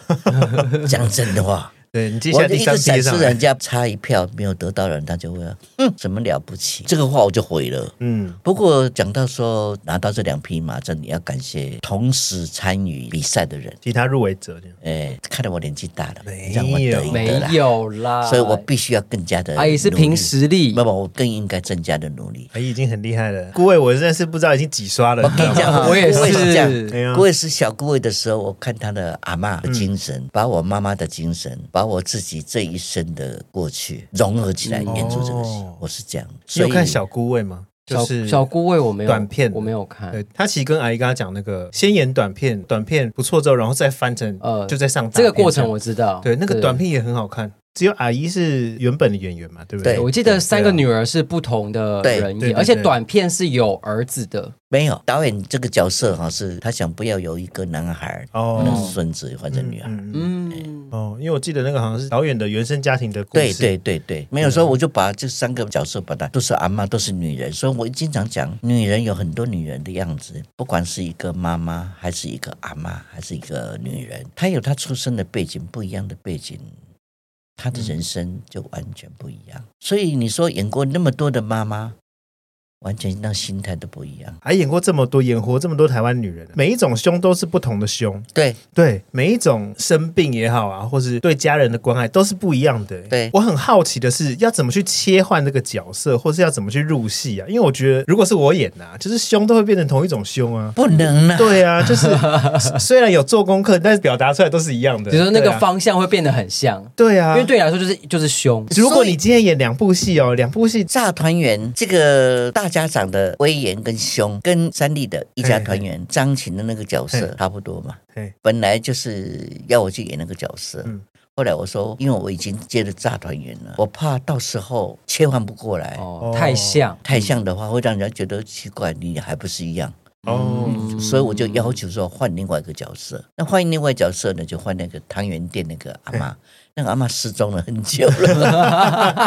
C: 讲真的话，
A: 对你接下
C: 我
A: 来
C: 就
A: 第
C: 一
A: 三
C: 个
A: 批
C: 闪失
A: 上，来，
C: 人家差一票没有得到人，他就会嗯，什么了不起？这个话我就毁了。
A: 嗯，
C: 不过讲到说拿到这两匹马，真的要感谢同时参与比赛的人。
A: 其他入围者这样
C: 哎，看来我年纪大了，
A: 没有
C: 让我得
B: 没
C: 一个啦，
B: 有啦，
C: 所以我必须要更加的。
B: 阿姨是凭。实力
C: 那，么我更应该增加的努力。
A: 哎阿姨已经很厉害 了，顾伟我真的是不知道已经几刷了，
C: 跟你讲
B: 我也
C: 我也是这样
A: 哎
B: 是，
A: 呀
C: 顾卫是小顾卫的时候，我看他的阿嬷的精神，
A: 嗯
C: 把我妈妈的精神，把我自己这一生的过去融合起来演出这个戏，
A: 哦
C: 我是这样。
A: 你
C: 所
A: 有
C: 以
A: 看小姑位吗？就
B: 小
A: 是
B: 小姑位我没有
A: 短片
B: 我没有看
A: 对，他其实跟阿姨刚刚讲那个，先演短片，短片不错之后，然后再翻成呃
B: 呃，
A: 就再上大
B: 这
A: 片
B: 个过程
A: 样
B: 我知道，
A: 对那个短。片也很好看。只有阿姨是原本的演员嘛，对不啊
C: 对
B: 我记得三个女儿是不同的
C: 对
B: 人
A: 对对
B: 演，而且
A: 对
B: 短片是有儿子的，
C: 没有导演这个角色哈，是他想不要有一个男孩，
A: 哦
C: 可能是孙子或者女啊孩。
A: 嗯嗯嗯
B: 嗯，
A: 哦，因为我记得那个好像是导演的原生家庭的故
C: 对
A: 事，
C: 对对对，没有说我就把这三个角色把它都是阿妈，都是女人，所以我经常讲，女人有很多女人的样子，不管是一个妈妈，还是一个阿妈，还是一个女人，她有她出生的背景，不一样的背景。她的人生就完全不一样，嗯所以你说演过那么多的妈妈，完全那心态都不一样。
A: 还演过这么多，演活这么多台湾女人，每一种凶都是不同的凶，
C: 对，
A: 对，每一种生病也好啊，或是对家人的关爱都是不一样的。欸
C: 对
A: 我很好奇的是，要怎么去切换这个角色，或是要怎么去入戏啊？因为我觉得，如果是我演呐、就是凶都会变成同一种凶啊。
C: 不能啊，
A: 对啊，就是虽虽然有做功课，但是表达出来都是一样的。
B: 比如说那
A: 对
B: 个
A: 啊
B: 方向会变得很像，
A: 对啊，
B: 因为对你来说就是就是凶，
A: 如果
C: 所以
A: 你今天演两部戏哦，两部戏
C: 炸团圆这个大家长的威严跟凶，跟三立的一家团圆张琴的那个角色
A: 嘿
C: 差不多嘛
A: 嘿。
C: 本来就是要我去演那个角色
A: 嗯，
C: 后来我说，因为我已经接了炸团圆了，我怕到时候切换不过来，
B: 哦
A: 哦，
B: 太 像，
C: 太像的话会让人家觉得奇怪，你还不是一样。
A: 哦，
B: 嗯
C: 所以我就要求说换另外一个角色。那换另外一个角色呢，就换那个汤圆店那个阿 妈。那个阿妈失踪了很久了，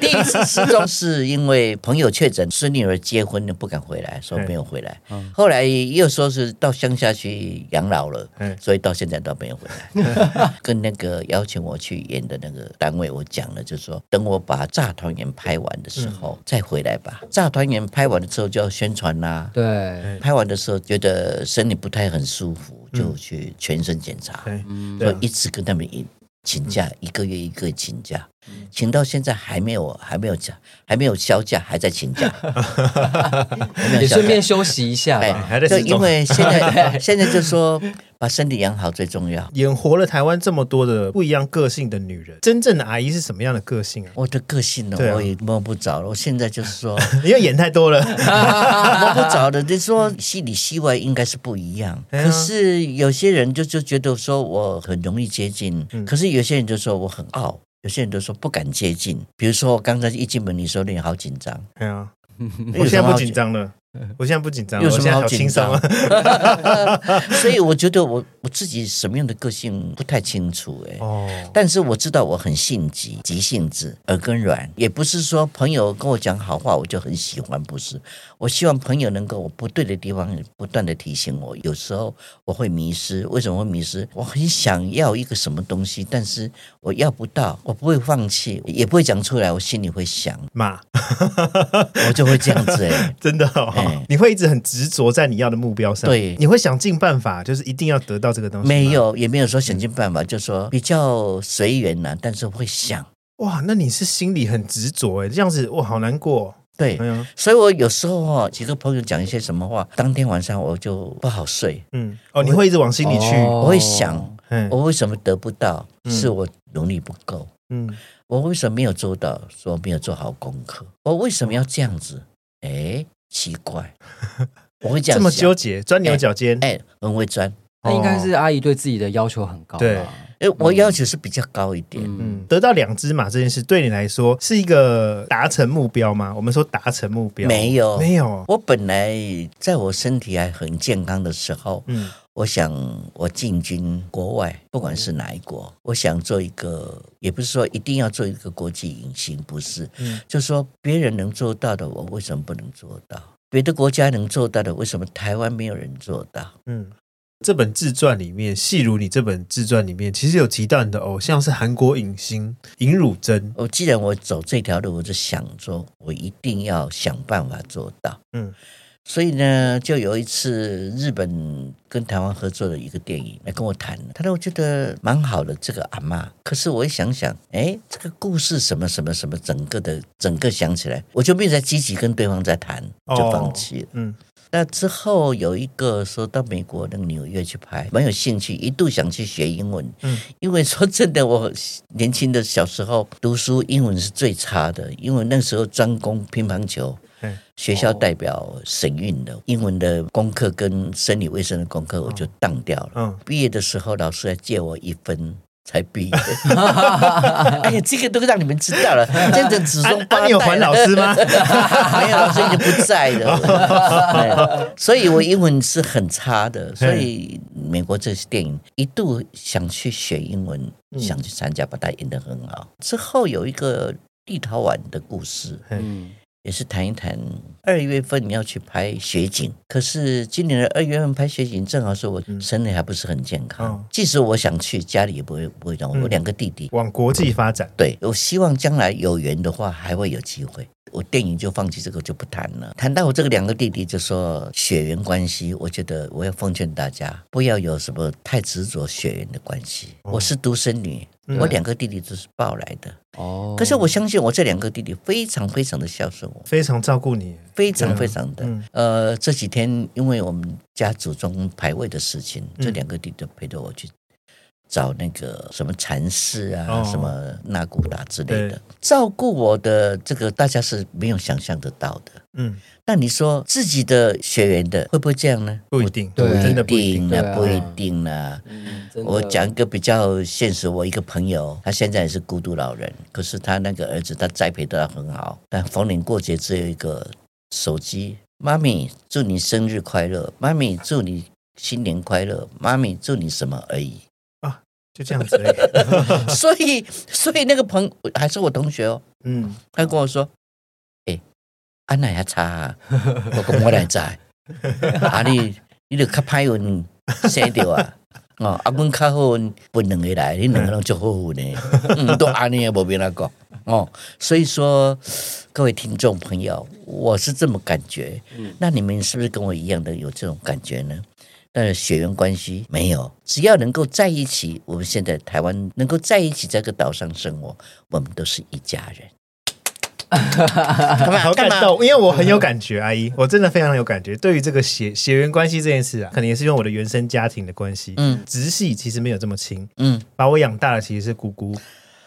C: 第一次失踪是因为朋友确诊，孙女儿结婚了不敢回来，说没有回来。后来又说是到乡下去养老了
A: 嗯，
C: 所以到现在都没有回来。跟那个邀请我去演的那个单位，我讲了，就说等我把《炸团圆》拍完的时候再回来吧。《炸团圆》拍完了之后就要宣传啦、
B: 对，
C: 拍完的时候觉得身体不太很舒服，就去全身检查，
A: 对
C: 所
A: 哎对啊
C: 以一直跟他们一请假，一个月一个月请假，请到现在还没有还没有假，还没有休假，还在请假，还没
B: 也
C: 有休
B: 顺便哎
C: 假。
B: 休息一下吧，
A: 还在
C: 就
A: 失踪
C: 因为现 在现在就说把身体养好最重要。
A: 演活了台湾这么多的不一样个性的女人，真正的阿姨是什么样的个性啊？
C: 我的个性呢，
A: 对啊
C: 我也摸不着了。我现在就是说
A: 因为演太多了，
C: 摸不着的。你说戏里戏外应该是不一样，
A: 哎呀
C: 可是有些人就就觉得说我很容易接近，
A: 嗯
C: 可是有些人就说我很傲。有些人就说不敢接近，比如说我刚才一进门，你说你好紧张，
A: 哎 呀，
C: 有
A: 我
C: 什
A: 现在
C: 么
A: 不
C: 好
A: 紧，张了， 我现在不紧张了，
C: 有
A: 我
C: 什
A: 现在
C: 么好
A: 好轻
C: 紧
A: 松
C: 张
A: 啊。？
C: 所以我觉得我我自己什么样的个性不太清楚、哎、
A: 哦，
C: 但是我知道我很性急，急性子，耳根软，也不是说朋友跟我讲好话我就很喜欢，不是。我希望朋友能够我不对的地方不断的提醒我，有时候我会迷失，为什么会迷失？我很想要一个什么东西，但是我要不到，我不会放弃，也不会讲出来，我心里会想，
A: 妈，
C: 我就会这样子哎、
A: 真的哦，
C: 哎
A: 你会一直很执着在你要的目标上，
C: 对
A: 你会想尽办法，就是一定要得到这个东西。
C: 没，有，也没有说想尽办法，就说比较随缘呐、但是会想。
A: 哇，那你是心里很执着哎，这样子我好难过。
C: 对，
A: 哎呀，
C: 所以我有时候哦，几个朋友讲一些什么话，当天晚上我就不好睡，
A: 嗯，哦，你会一直往心里去，
B: 哦
C: 我会想，
A: 嗯
C: 我为什么得不到？
A: 嗯
C: 是我能力不够，
A: 嗯，
C: 我为什么没有做到？说没有做好功课，我为什么要这样子？哎，奇 怪，我会这样
A: 这么
C: 想
A: 纠结，钻牛角尖，哦
C: 哎，很会钻。
B: 那应该是阿姨对自己的要求很高吧，
A: 对
C: 哎，我要求是比较高一点，
B: 嗯，
A: 嗯，得到两只马这件事对你来说是一个达成目标吗？我们说达成目标，
C: 没有
A: 没有，
C: 我本来在我身体还很健康的时候，
A: 嗯
C: 我想我进军国外，不管是哪一国，我想做一个，也不是说一定要做一个国际影星，不是，
A: 嗯
C: 就说别人能做到的，我为什么不能做到？别的国家能做到的，为什么台湾没有人做到？
A: 嗯。这本自传里面，细如你这本自传里面，其实有提到你的偶像是韩国影星尹汝贞，
C: 我既然我走这条路，我就想说，我一定要想办法做到。
A: 嗯
C: 所以呢，就有一次日本跟台湾合作的一个电影哎来跟我谈，他说我觉得蛮好的这个阿妈，可是我一想想，哎，这个故事什么什么什么，整个的整个想起来，我就没有再积极跟对方在谈，
A: 哦
C: 就放弃了。
A: 嗯
C: 那之后有一个说到美国那个纽约去拍，蛮有兴趣，一度想去学英文，
A: 嗯
C: 因为说真的，我年轻的小时候读书英文是最差的，因为那时候专攻乒乓球
A: 嗯。
C: 学校代表省运的英文的功课跟生理卫生的功
A: 哦
C: 课，我就当掉了。
A: 嗯，
C: 毕业的时候，老师还借我一分才毕业。 哎呀，这个都让你们知道了，这样子祖
A: 啊
C: 宗八代
A: 啊，
C: 了
A: 你有还老师 吗？
C: 没有，老师已经不在 了，哎所以我英文是很差的。所以美国这些电影一度想去学英文，
A: 嗯
C: 想去参加，把它演得很好。之后有一个立陶宛的故事，
B: 嗯
C: 也是谈一谈。二月份要去拍雪景，可是今年的二月份拍雪景，正好是我身体还不是很健康。
A: 嗯
C: 即使我想去，家里也不会不会让我。
A: 嗯
C: 我两个弟弟，
A: 往国际发展，
C: 对，我希望将来有缘的话，还会有机会。我电影就放弃这个就不谈了。谈到我这个两个弟弟，就说血缘关系，我觉得我要奉劝大家，不要有什么太执着血缘的关系。我是独生女，
A: 哦嗯
C: 我两个弟弟都是抱来的。
B: 哦，
C: 可是我相信我这两个弟弟非常非常的孝顺我，
A: 非常照顾你，
C: 非常非常的。
A: 嗯
C: 呃，这几天因为我们家祖宗牌位的事情，
A: 嗯
C: 这两个弟弟陪着我去找那个什么禅师啊，
A: 哦
C: 什么纳古达之类
A: 对
C: 的，照顾我的这个大家是没有想象得到的。
A: 嗯，
C: 那你说自己的学员的会不会这样呢？
A: 不一定，
B: 对
A: 真的不一定，
C: 定啦，
B: 对啊
C: 不一定啊啦。
B: 嗯真的
C: 我讲一个比较现实，我一个朋友，他现在也是孤独老人，可是他那个儿子，他栽培得很好，但逢年过节只有一个手机。妈咪，祝你生日快乐！妈咪，祝你新年快乐！妈咪，祝你什么而已。
A: 就这样子而已，
C: 所以，所以那个朋还是我同学哦，
A: 嗯，
C: 他跟我说：“哎、安奶还差、啊，我讲我来 在，啊你你就较歹运生 着啊。”哦，啊，阮较好运，分两个来，你两个人就好运 呢，嗯，都安尼也无变哪讲哦。所以说，各位听众朋友，我是这么感觉，
A: 嗯
C: 那你们是不是跟我一样的有这种感觉呢？但是血缘关系没有，只要能够在一起，我们现在台湾能够在一起，在这个岛上生活，我们都是一家 人。干嘛
A: 好感
C: 干嘛
A: 动，啊因为我很有感觉，阿姨，我真的非常有感觉。对于这个血血缘关系这件事啊，可能也是因为我的原生家庭的关系，
C: 嗯
A: 直系其实没有这么亲，
C: 嗯，
A: 把我养大的其实是姑姑，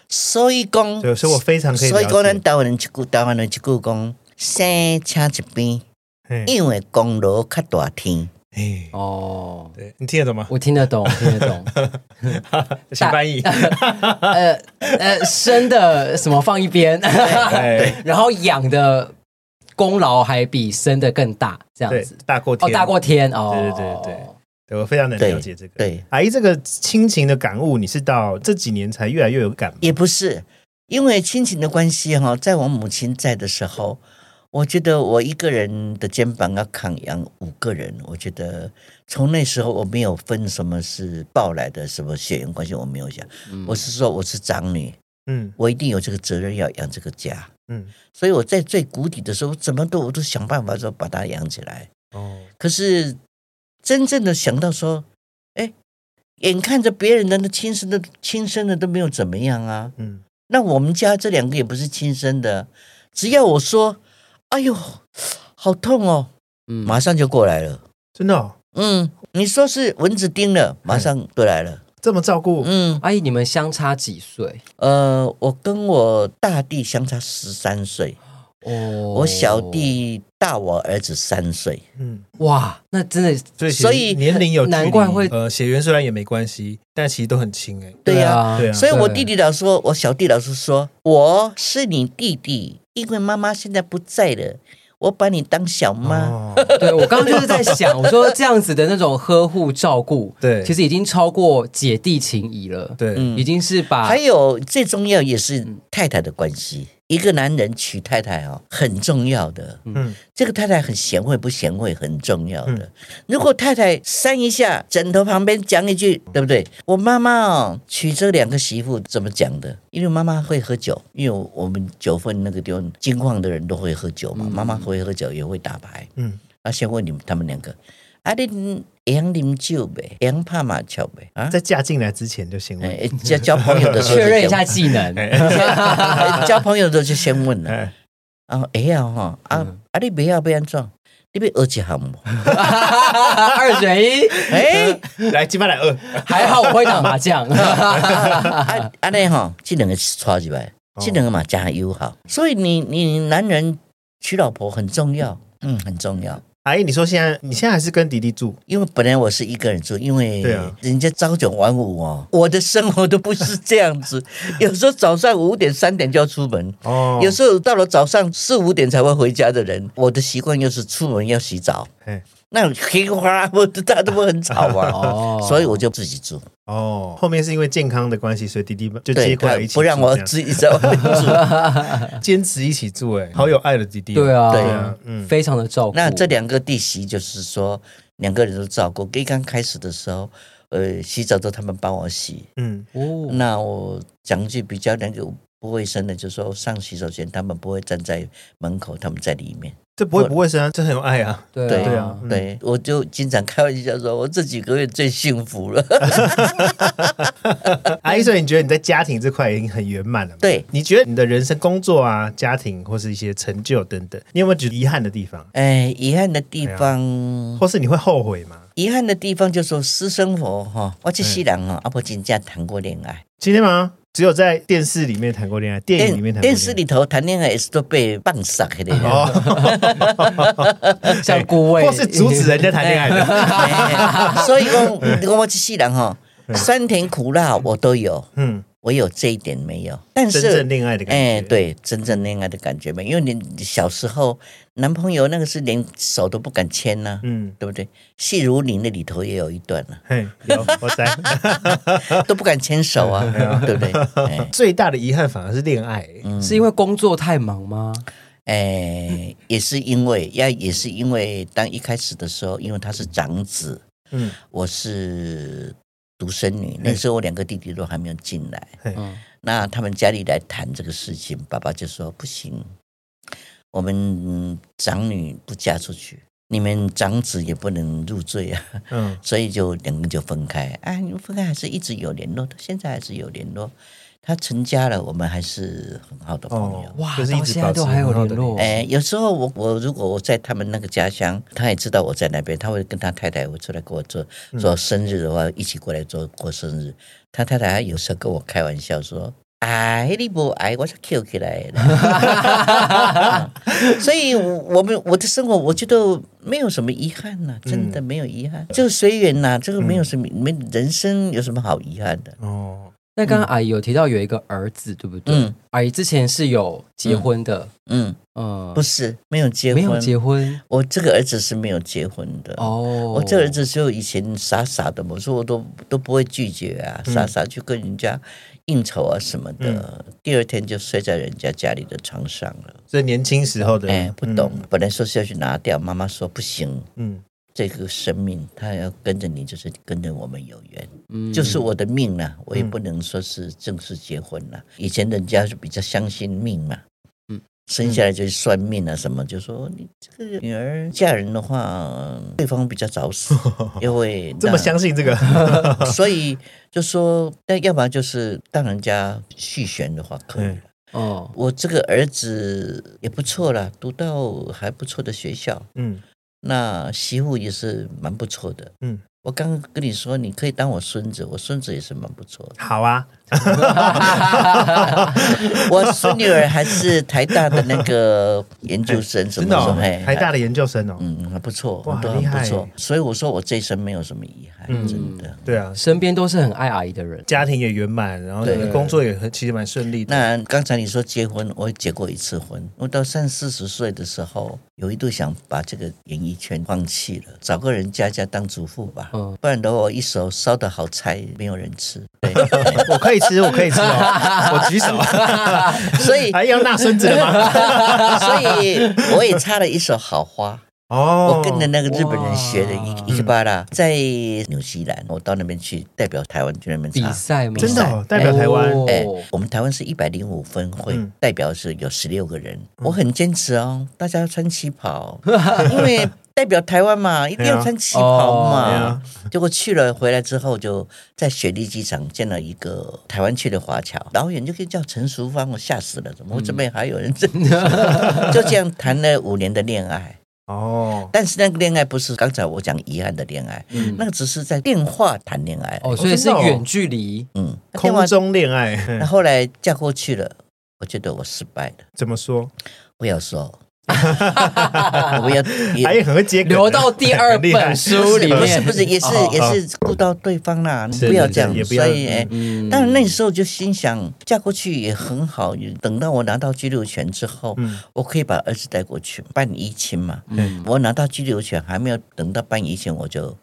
C: 所以讲，
A: 对，所以我非常可以
C: 嗯所以讲，
A: 了
C: 咱
A: 解。
C: 台湾人一句台湾人一句讲，生请一边，
A: 嘿
C: 因为功劳较大天。
A: 嘿
B: 哦，
A: 对你听得懂 吗？
B: 我听得懂，听得懂。
A: 请翻译。
B: 呃呃，生的什么放一边，
A: 对
B: 然后养的功劳还比生的更大，这样
A: 对
B: 子，。
A: 大过
B: 哦，
A: 天，
B: 大过天哦，
A: 对对对对，我非常能了解这个。
C: 对，
A: 阿姨这个亲情的感悟，你是到这几年才越来越有感吗？
C: 也不是，因为亲情的关系哈、在我母亲在的时候，我觉得我一个人的肩膀要扛养五个人，我觉得从那时候我没有分什么是抱来的，什么血缘
B: 嗯
C: 关系，我没有想，我是说我是长女，
A: 嗯
C: 我一定有这个责任要养这个家。
A: 嗯，
C: 所以我在最谷底的时候，怎么都我都想办法说把它养起来。
A: 哦，
C: 可是真正的想到说，哎，眼看着别人的那亲生的亲生的都没有怎么样啊，
A: 嗯，
C: 那我们家这两个也不是亲生的，只要我说，哎呦，好痛哦，
B: 嗯，
C: 马上就过来了。
A: 真的哦
C: 嗯，你说是蚊子叮了，马上过来了。
A: 这么照顾，
C: 嗯，
B: 阿姨，你们相差几岁？
C: 呃，我跟我大弟相差十三岁，
B: 哦，
C: 我小弟大我儿子三岁。
A: 嗯，
B: 哇，那真的
A: 所以其实
C: 所以
A: 年龄有距离
B: 难怪会
A: 呃血缘虽然也没关系，但其实都很亲哎，
C: 对呀、
A: 对啊
C: 所以我弟弟老说，我小弟老是说我是你弟弟，因为妈妈现在不在了，我把你当小妈。
A: 哦，
B: 对我刚刚就是在想，我说这样子的那种呵护照顾，
A: 对
B: 其实已经超过姐弟情谊了，，
A: 对，
C: 嗯
B: 已经是把
C: 还有最重要也是太太的关系。一个男人娶太太哦，很重要的。
A: 嗯，
C: 这个太太很贤惠不贤惠很重要的。如果太太扇一下枕头旁边讲一句，对不对？我妈妈哦，娶这两个媳妇怎么讲的？因为妈妈会喝酒，因为我们九份那个地方金矿的人都会喝酒嘛，妈妈会喝酒也会打牌。
A: 嗯，
C: 那啊先问你们他们两个，啊，你会晓啉酒呗？会晓拍麻将呗？啊？
A: 在嫁进来之前就先问，
C: 哎交交朋友的时候就
B: 确认一
C: 先 哎
B: 下技能，
C: 交朋友的时候就先问 了。
A: 哎，
C: 啊，会晓哈，啊啊，你不要不要怎？你要学一项无？
B: 二选一，
C: 哎，
A: 来鸡巴来呃二，
B: 还好我会打 麻将，
C: 啊安尼吼，这两个带入来，这两个嘛真友好。所以你你男人娶老婆很重要，嗯，很重要。
A: 阿姨，你说现在你现在还是跟迪迪住，
C: 因为本来我是一个人住，因为
A: 对啊
C: 人家朝九晚五哦，我的生活都不是这 样子。有时候早上五点三点就要出门，
A: 哦
C: 有时候到了早上四五点才会回家的人，我的习惯又是出门要洗澡
A: 嘿，
C: 那黑哗啦，我大家都会很吵嘛，
B: 哦
C: 所以我就自己住，
A: 哦，后面是因为健康的关系，所以弟弟就
C: 对
A: 接过
C: 他
A: 来一起住
C: 不让我
A: 这样
C: 自己在外 面住。
A: 坚持一起住，哎，好有爱的弟弟，
B: 对，啊，
C: 对
A: 啊嗯
B: 非常的照顾。
C: 那这两个弟媳就是说，两个人都照顾。刚刚开始的时候，呃，洗澡都他们帮我洗。
A: 嗯，
B: 哦，
C: 那我讲一句比较那个不卫生的，就是说上洗手间他们不会站在门口，他们在里面。
A: 这不会不卫生啊，这很有爱 啊，
B: 对
C: 对
A: 啊
B: 啊，
A: 嗯
C: 对，我就经常开玩笑说，我这几个月最幸福了。
A: 阿姨，所以你觉得你在家庭这块已经很圆满了吗？
C: 对
A: 你觉得你的人生、工作啊、家庭或是一些成就等等，你有没有觉得遗憾的地方，
C: 哎，遗憾的地方，
A: 或是你会后悔吗？
C: 遗憾的地方就是说私生活
A: 嗯
C: 哈，我这世人哈，阿婆真正谈过恋爱，
A: 今天吗？只有在电视里面谈过恋爱，电影里面谈过恋爱，
C: 电视里头谈恋爱也是都被棒杀的。
A: 哦，
B: 像顾问
A: 或是阻止人家谈恋爱的，
C: 哎所以讲，你讲我这世人哈，酸甜苦辣我都有，
A: 嗯，
C: 我有这一点没有，但
A: 真正
C: 是。
A: 恋爱的感觉，
C: 哎，，对，真正恋爱的感觉没有，因为你你小时候男朋友那个是连手都不敢牵呐、
A: 嗯，
C: 对不对？戏如你那里头也有一段 呢、
A: 嘿，有我在。
C: 都不敢牵手 啊，对不对？哎
A: 最大的遗憾反而是恋爱，
C: 嗯
B: 是因为工作太忙吗？
C: 哎，也是因为，要也是因为，当一开始的时候，因为他是长子，
A: 嗯，
C: 我是独生女，那时候我两个弟弟都还没有进来，
B: 嗯，
C: 那他们家里来谈这个事情，爸爸就说不行，我们长女不嫁出去，你们长子也不能入赘啊，
A: 嗯
C: 所以就两个人就分开。啊，你们分开还是一直有联络的，现在还是有联络。他成家了，我们还是很好的朋友。
A: 哦
B: 哇，
A: 就是一
B: 到
A: 直
B: 现在
A: 保持
B: 都还有
A: 很好
B: 联
A: 的
B: 络，
C: 哎，有时候我我如果我在他们那个家乡，他也知道我在那边，他会跟他太太会出来跟我做
B: 嗯
C: 做生日的话，一起过来做过生日。他太太还有时候跟我开玩笑说：“哎，你不爱我就 Q 起来了。 嗯”所以我，我们我的生活，我觉得没有什么遗憾呐、
B: 嗯
C: 真的没有遗憾，就随缘呐、这个没有什么，没人生有什么好遗憾的。
A: 哦，
B: 那刚刚阿姨有提到有一个儿子，对不对？
C: 嗯
B: 阿姨之前是有结婚的，
C: 嗯，
B: 嗯，
C: 不是没有结婚，
B: 没有结婚
C: 我这个儿子是没有结婚的
B: 哦。
C: 我这儿子就以前傻傻的嘛，我说我都都不会拒绝啊，
A: 嗯
C: 傻傻去跟人家应酬啊什么的，第二天就睡在人家家里的床上了。
A: 所以年轻时候的，
C: 哎，不懂，本来说是要去拿掉，妈妈说不行，
A: 嗯，
C: 这个生命它要跟着你，就是跟着我们有缘，
B: 嗯
C: 就是我的命啊，
A: 嗯
C: 我啊也不能说是正式结婚了、以前人家是比较相信命嘛，
B: 嗯
C: 生下来就去算命啊，什么就说你这个女儿嫁人的话，对方比较早 死， 因为
A: 嗯这么相信这个，
C: 那，所以就说，但要么就是当人家续弦的话可以了。
B: 哦，
C: 我这个儿子也不错啦，读到还不错的学校，
A: 嗯
C: 那媳妇也是蛮不错的。
A: 嗯，
C: 我刚刚跟你说，你可以当我孙子，我孙子也是蛮不错的。
A: 好啊，
C: 我孙女儿还是台大的那个研究生，什
A: 真
C: 么
A: 的
C: 时
A: 哦
C: 候？嘿，
A: 台大的研究生哦，
C: 嗯，还不错，
A: 哇
C: 都
A: 厉
C: 很
A: 害
C: 不错。所以我说我这一生没有什么遗憾，
A: 嗯
C: 真的。
A: 对啊，
B: 身边都是很爱阿姨的 人，
A: 家庭也圆满，然后
C: 对
A: 你的工作也很其实蛮顺利的。
C: 那刚才你说结婚，我也结过一次婚。我到三四十岁的时候，有一度想把这个演艺圈放弃了，找个人家家当主妇吧，
B: 嗯
C: 不然的话，我一手烧的好菜没有人吃。对，
A: 我可以吃，我可以吃哦，我举手。
C: 所以
A: 还要纳孙子了吗？
C: 所以我也插了一手好花。
A: 哦
C: 我跟着那个日本人学的
B: 哦哇
C: 一一个巴拉，在纽西兰，我到那边去代表台湾去那边
B: 比
C: 插。
B: 赛吗？
A: 真的哦
B: 比赛
A: 代表台湾
B: 哦
C: 哎，我们台湾是一百零五分会，
A: 嗯
C: 代表是有十六个人。我很坚持哦，大家要穿 旗袍，因为代表台湾嘛，一定要穿旗袍嘛。
A: 啊对啊
C: 结果去了回来之后，就在雪梨机场见了一个台湾去的 华侨，老远就可以叫陈淑芳，我吓死了，怎
A: 嗯
C: 么会这边还有人这？ 就这样谈了五年的恋爱。
A: 哦，
C: 但是那个恋爱不是刚才我讲遗憾的恋爱，
B: 嗯
C: 那个只是在电话谈恋爱。
B: 哦，所以是
A: 真的哦
B: 远距离，
C: 嗯，电话
A: 空中恋爱
C: 那后来嫁过去了，我觉得我失败了。
A: 怎么说？
C: 不要说， 我要
A: 还
C: 也
A: 很会接梗啊，
B: 留到第 二
A: 很厉害
B: 本书里
C: 不是
B: 面，
C: 不是也是
B: 哦
C: 也是顾到对方啦，你
A: 是
C: 不要
A: 是
C: 这样，
A: 也不要
C: 所以哎。
B: 嗯
C: 但是那时候就心想，嫁过去也很好。等到我拿到居留权之后，
A: 嗯
C: 我可以把儿子带过去办移亲嘛。
B: 嗯
C: 我拿到居留权，还没有等到办移亲，我就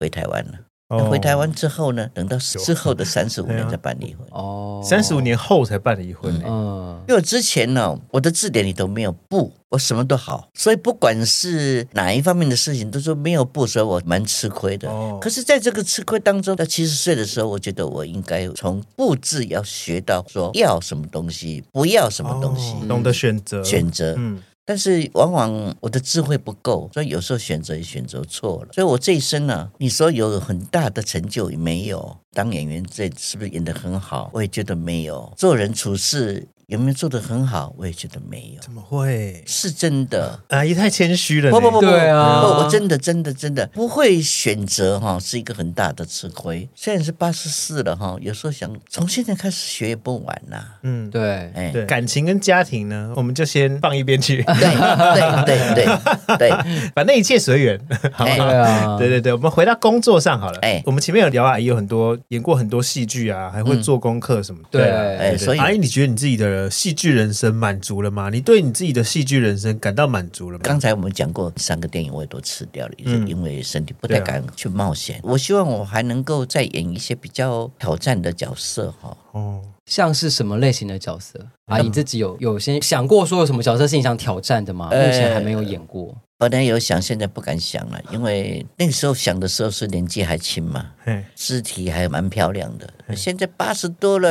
C: 回台湾了。那
A: 哦啊
C: 回台湾之后呢，等到之后的三十五年再办离婚。
B: 哦
A: 三十五，年后才办离婚呢，
B: 嗯
C: 因为我之前呢、我的字典里都没有不，我什么都好，所以不管是哪一方面的事情，都说没有不，所以我蛮吃亏的。
A: 哦
C: 可是，在这个吃亏当中，到七十岁的时候，我觉得我应该从不字要学到说要什么东西，不要什么东西，
A: 哦懂得选择，
C: 选择。
A: 嗯
C: 但是往往我的智慧不够，所以有时候选择也选择错了。所以我这一生呢、你说有很大的成就也没有，当演员这是不是演得很好？我也觉得没有。做人处事有没有做得很好？我也觉得没有，
A: 怎么会？
C: 是真的。
A: 阿姨太谦虚了呢，
C: 不不不不，
B: 对啊
C: 不我真的真的真的不会选择哈、是一个很大的吃亏。虽然是八十四了哈、有时候想从现在开始学也不晚呐、
A: 嗯，
B: 对，
C: 哎，
A: 对，感情跟家庭呢，我们就先放一边去，
C: 对对对对对，
A: 反正一切随缘。 好
C: 哎
B: 对啊，
A: 对对对，我们回到工作上好了。哎
C: 哎，
A: 我们前面有聊阿姨有很多演过很多戏剧啊，还会做功课什么的。
B: 对
A: 啊对
B: 哎
A: 对
C: 所以
A: 阿姨，你觉得你自己的戏剧人生满足了吗？你对你自己的戏剧人生感到满足了吗？
C: 刚才我们讲过，三个电影我也都吃掉了，
A: 嗯
C: 因为身体不
A: 对
C: 太
A: 啊
C: 敢去冒险。我希望我还能够再演一些比较挑战的角色哈。
A: 哦，
B: 像是什么类型的角色？阿姨自己有有先想过说有什么角色是你想挑战的吗？目
C: 呃
B: 前还没有演过，
C: 本来有想，现在不敢想了，因为那个时候想的时候是年纪还轻嘛，
A: 嘿，
C: 肢体还蛮漂亮的。现在八十多了，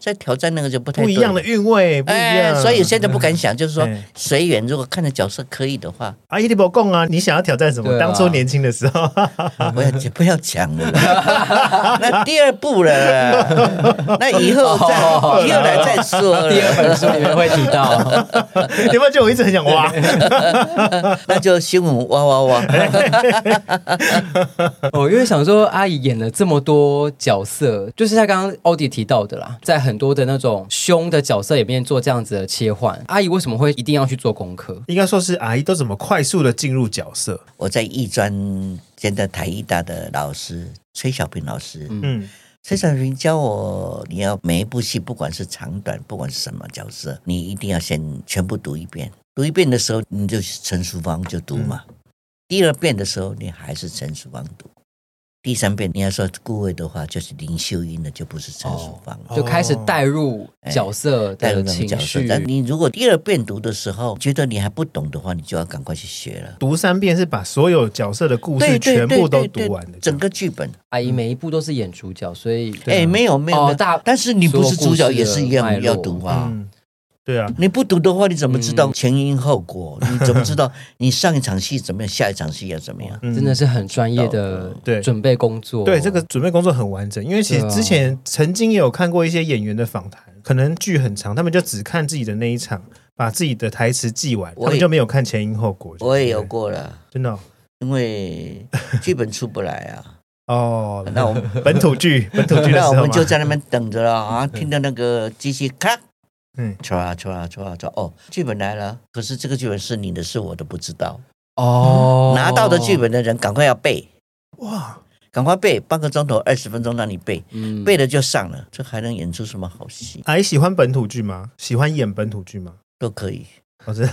C: 再挑战那个就不太
A: 不一样的
C: 对了。
A: 韵味，不一
C: 哎
A: 样。，
C: 所以现在不敢想，就是说
A: 哎
C: 随缘。如果看的角色可以的话，
A: 阿姨你不供啊，你想要挑战什么？
B: 对啊
A: 当初年轻的时候，
C: 不要讲不要讲了啦， 那第二部了，那以后再以后来再说了。
B: 哦第二本书里面会提到，
A: 有没有觉得我一直很想挖？
C: 那就新闻哇哇哇！
B: 我哦因为想说阿姨演了这么多角色，就是像刚刚奥迪提到的啦，在很多的那种凶的角色里面做这样子的切换，阿姨为什么会一定要去做功课？
A: 应该说是阿姨都怎么快速的进入角色？
C: 我在艺专，现在台艺大的老师崔小平老师，
A: 嗯，
C: 崔小平教我，你要每一部戏，不管是长短，不管是什么角色，你一定要先全部读一遍。读一遍的时候，你就陈淑芳就读嘛。第二遍的时候，你还是陈淑芳读。第三遍，你要说顾问的话，就是林秀英了，就不是陈淑芳了。
B: 就开始带入角色
C: 带
B: 的
C: 入那种
B: 哦情
C: 角色
B: 绪，，
C: 但你如果第二遍读的时候，觉得你还不懂的话，你就要赶快去学了。
A: 读三遍是把所有角色的故事
C: 对对
A: 全部都
C: 对对
A: 读完的，
C: 整个剧本。
B: 阿姨每一部都是演主角，所以
C: 哎，没有没有，
B: 哦
C: 没有
B: 大
C: 但是你不是主角也是一
B: 所有
C: 样
B: 故事的
C: 要读啊。
A: 嗯对啊，
C: 你不读的话，你怎么知道前因后 果？你怎么知道你上一场戏怎么样，下一场戏要怎么样？
A: 嗯
B: 真的是很专业的
A: 对
B: 准备工作。
A: 对，这个准备工作很完整，因为其实
B: 对啊
A: 之前曾经也有看过一些演员的访谈，可能剧很长，他们就只看自己的那一场，把自己的台词记完，
C: 我
A: 他们
C: 也
A: 就没有看前因后果。
C: 我也有
A: 对，
C: 过了，
A: 真的哦
C: 因为剧本出不来 啊。
A: 哦，
C: 那我 们
A: 本土剧，本土剧的时
C: 那
A: 候
C: 我
A: 嘛
C: 们就在那边等着了 啊，听到那个机器咔，
A: 嗯
C: 嗯，戳啊戳啊戳啊戳啊，哦，剧本来了，可是这个剧本是你的，是我的，不知道。
B: 哦，
C: 拿到的剧本的人赶快要背，
A: 哇，
C: 赶快背，半个钟头、二十分钟让你背，
B: 嗯
C: 背了就上了，这还能演出什么好戏？
A: 哎，喜欢本土剧吗？喜欢演本土剧吗？
C: 都可以。
A: 我知道，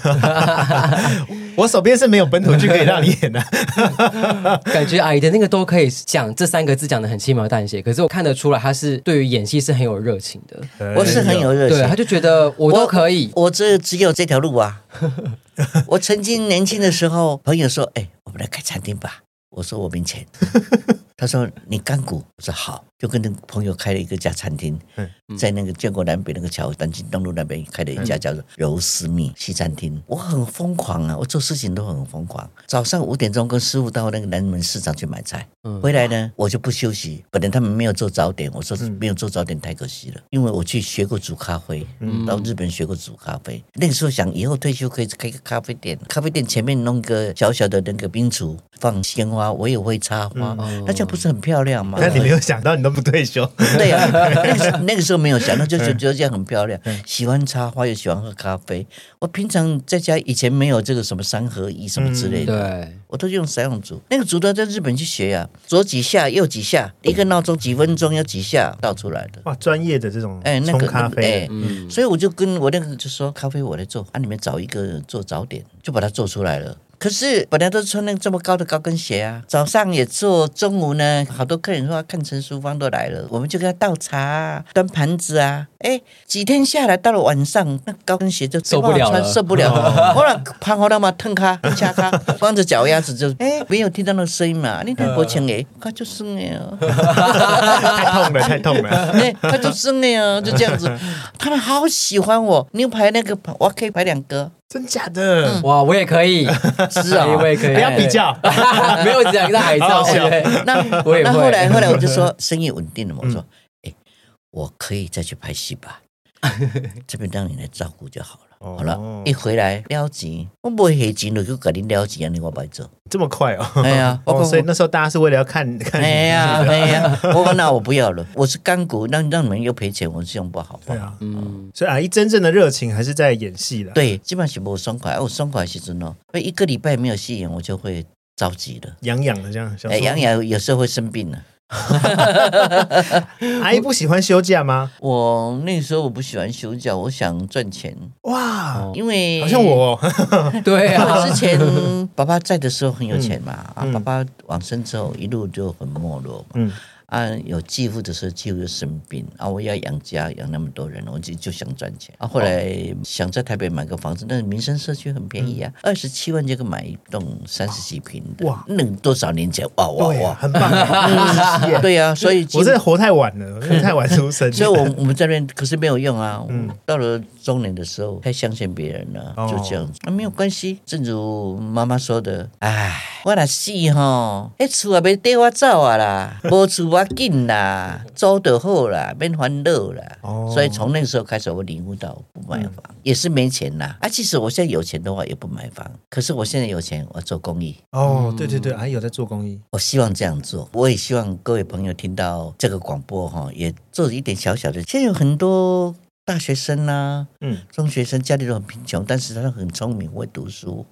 A: 我手边是没有本土剧可以让你演的、
B: 感觉阿姨的那个都可以讲这三个字讲的很轻描淡写，可是我看得出来，她是对于演戏是很有热情的。
C: 我是很有热
B: 对，她
C: 情，
B: 就觉得我都可以，
C: 我这只有这条路啊。我曾经年轻的时候，朋友说：“哎，我们来开餐厅吧。”我说：“我没钱。”他说：“你干股。”我说：“好。”就跟那个朋友开了一个家餐厅
A: 嗯，
C: 在那个建国南北那个桥，南京东路那边开了一家叫做柔丝蜜西餐厅。我很疯狂啊，我做事情都很疯狂。早上五点钟跟师傅到那个南门市场去买菜，
B: 嗯
C: 回来呢，我就不休息。本来他们没有做早点，我说
A: 嗯
C: 没有做早点太可惜了，因为我去学过煮咖啡，
B: 嗯
C: 到日本学过煮咖啡。那个时候想，以后退休可以开个咖啡店，咖啡店前面弄个小小的那个冰橱，放鲜花，我也会插花，
B: 嗯
C: 那这样不是很漂亮吗？
A: 那你没有想到，你都不退休，
C: 对呀、那个时候那个时候没有想到，就觉得这样很漂亮。喜欢插花，又喜欢喝咖啡。我平常在家以前没有这个什么三合一什么之类的，
B: 嗯对，
C: 我都用散用竹，那个竹都要在日本去学呀、左几下，右几下，一个闹钟几分钟要几下倒出来的。
A: 哇，专业的这种
C: 哎，那
A: 冲
C: 个
A: 咖啡
C: 哎
A: 的，，
B: 嗯，
C: 所以我就跟我那个就说，咖啡我来做，啊，你们找一个做早点，就把它做出来了。可是本来都穿那个这么高的高跟鞋啊，早上也做，中午呢，好多客人说要看陈淑芳都来了，我们就给他倒茶、啊、端盘子啊。哎，几天下来，到了晚上，那高跟鞋就
B: 受不了了
C: 穿受不 了了。后来盘好了嘛，腾咖、掐咖，光着脚丫子就哎，没有听到那个声音嘛，你
B: 嗯
C: 看国情哎，他就是哎哦。
A: 太痛 了，太痛了。
C: 哎，他就是那样，就这 样子。他们好喜欢我，牛排那个我可以排两个，
A: 真假的？
C: 嗯
B: 哇，我也可以，
C: 是啊
B: 哎。我也可以，
A: 不要比较，
B: 哎， 没有只想跟她海
A: 好好
B: 照，
A: 笑
B: 对
C: 那
B: 我也
C: 那
B: 会
C: 后来后来我就说生意稳定了嘛，我
A: 嗯
C: 说哎，我可以再去拍 戏吧，这边让你来照顾就好了。
A: 哦
C: 好了，一回来了钱，我不会黑钱，我就给你了钱，安尼我白 做。
A: 这么快哦？
C: 哎呀，我
A: 哦，
C: 讲
A: 所以那时候大家是为了要 看看你，
C: 哎 呀哎呀，我说那我不要了，我是干股，让让你们又赔钱，我这样不好
A: 对
C: 吧？
A: 啊。
B: 嗯，
A: 所以阿姨真正的热情还是在演戏的，，
C: 对，基本上是无爽快。啊我爽快的时阵哦，我一个礼拜没有戏演，我就会着急了。
A: 痒痒的这样。想
C: 哎，
A: 说
C: 杨洋有时候会生病啊呢、
A: 阿姨不喜欢休假吗？
C: 我那时候我不喜欢休假，我想赚钱，
A: 哇，
C: 因为
A: 好像我哦，
B: 对啊，
C: 我之前爸爸在的时候很有钱嘛，
A: 嗯
C: 啊，爸爸往生之后一路就很没落嘛。
A: 嗯，
C: 啊，有继父的时候，继父就生病啊，我要养家，养那么多人，我就就想赚钱啊。后来想在台北买个房子，但是民生社区很便宜啊，二十七万就可以买一栋三十几平的。
A: 嗯哇
C: 哇，那多少年前？哇哇
A: 对啊，
C: 哇！
A: 很棒 啊，恭喜耶
C: 对呀、所以
A: 我真的活太晚 了，我真的太晚出 生了，
C: 所以我我们这边可是没有用啊。
A: 嗯
C: 到了中年的时候，太相信别人了，
A: 哦
C: 就这样子、啊，没有关系。正如妈妈说的，唉，我若死吼，迄厝也免缀我走 啊啦，无厝我紧啦，租就好啦，免烦恼啦。
A: 哦嗯
C: 所以从那个时候开始，我领悟到不买房、也是没钱啦。啊，即使我现在有钱的话，也不买房。可是我现在有钱，我做公益。
A: 哦，对对对，阿姨有在做公益，
C: 我希望这样做，我也希望各位朋友听到这个广播哈，也做一点小小的。现在有很多大学生啦、
A: 嗯，
C: 中学生家里都很贫穷，但是他们很聪明，会读书。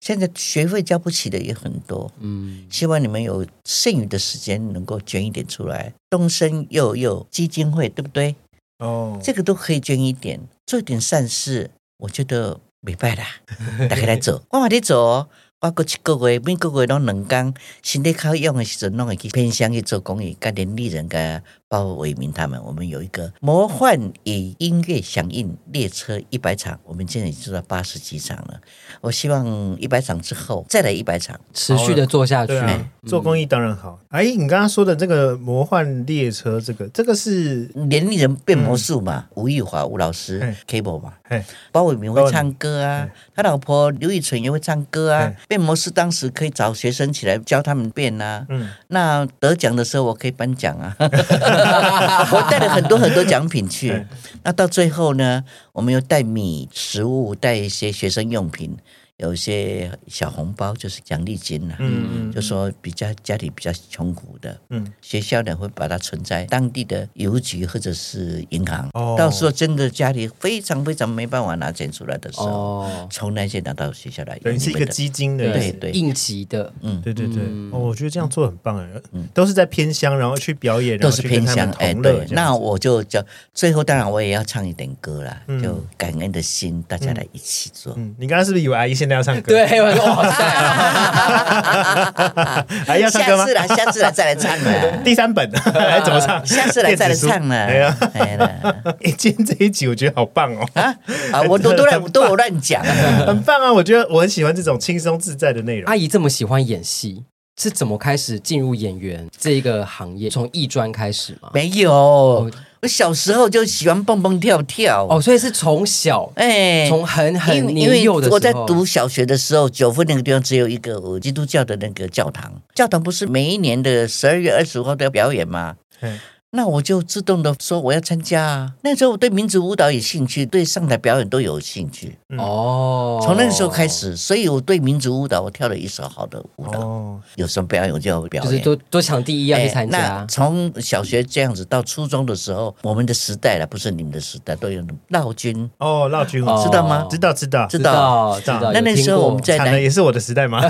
C: 现在学费交不起的也很多，
B: 嗯，
C: 希望你们有剩余的时间能够捐一点出来。东升幼幼基金会，对不对？
A: 哦，
C: 这个都可以捐一点，做一点善事，我觉得没败啦。大家来走，我嘛在走哦，我过一个月，每个月拢两工，身体较用的时阵，拢会去偏乡去做公益，甲林立人、甲包伟明他们，我们有一个魔幻与音乐响应列车一百场，我们现在已经做到八十几场了。我希望一百场之后再来一百场，
B: 持续的做下去
A: 对。啊，做公益当然好。哎，你刚刚说的这个魔幻列车，这个这个是
C: 林立人变魔术嘛，吴亦华吴老
A: 嗯
C: 师 Cable 嘛，
A: 哎
C: 包伟明会唱歌啊，他老婆刘以纯也会唱歌啊
A: 嗯。
C: 变魔术当时可以找学生起来教他们变啊。
A: 嗯
C: 那得奖的时候我可以颁奖啊， 我带了很多很多奖品去
A: 嗯。
C: 那到最后呢，我们又带米、食物，带一些学生用品，有一些小红包，就是奖励金啦、
A: 嗯嗯
C: 就说比较家里比较穷苦的，
A: 嗯，
C: 学校呢会把它存在当地的邮局或者是银行。
A: 哦
C: 到时候真的家里非常非常没办法拿钱出来的时候，
B: 哦，
C: 从那些拿到学校来。
A: 等于是一个基金的意
C: 对
A: 思。
C: 对
B: 应急的，
C: 嗯，
A: 对对对，
B: 嗯
A: 哦，我觉得这样做很棒哎
C: 嗯，
A: 都是在偏乡，然后去表演，
C: 都是偏
A: 然
C: 向
A: 后去
C: 哎，
A: 跟他们同乐
C: 对，
A: 这样
C: 那
A: 子
C: 我就叫最后，当然我也要唱一点歌啦，
A: 嗯
C: 就感恩的心，大家来一起做。
A: 嗯， 你刚刚是不是以为阿姨现在要唱歌？，
B: 对，我说哇塞，
A: 阿姨要唱歌吗
C: 下次？啦，下次啦，再来唱啦。啊
A: 第三本 来怎么唱？
C: 下次来再来唱啦。
A: 哎呀，
C: 哎啦
A: 哎，今天这一集我觉得好棒哦，
C: 啊啊！我都都 乱都我乱讲，
A: 很棒啊！我觉得我很喜欢这种轻松自在的内容
C: 哎
B: 阿。姨这么喜欢演戏，是怎么开始进入演员这一个行业？从艺专开始吗？
C: 没
A: 哦
C: 有。我小时候就喜欢蹦蹦跳跳。
B: 哦，所以是从小，
C: 哎，
B: 从很
C: 因
B: 很
C: 为因
B: 年
C: 为
B: 幼的时候，
C: 我在读小学的时候，九份那个地方只有一个呃基督教的那个教堂，教堂不是每一年的十二月二十五号都要表演吗？
A: 嗯
C: 那我就自动的说我要参加啊！那时候我对民族舞蹈有兴趣，对上台表演都有兴趣，
B: 哦，
C: 从那个时候开，始，所以我对民族舞蹈我跳了一手好的舞蹈，
A: 哦，
C: 有什么表演我就要表
B: 哦就是
C: 演。哎
B: 都都抢第一啊要去参
C: 那
B: 加，
C: 从小学这样子到初中的时候，我们的时代了，不是你们的时代，都有闹军，
A: 哦，绕军
B: 哦
A: 知
C: 知道吗？
A: 知道知道，
C: 知
B: 道
A: 知道
B: 道。
C: 那
B: 有
C: 那
B: 听
C: 时候
B: 过
C: 我们在
A: 惨
C: 南
A: 了也是我的时代 吗？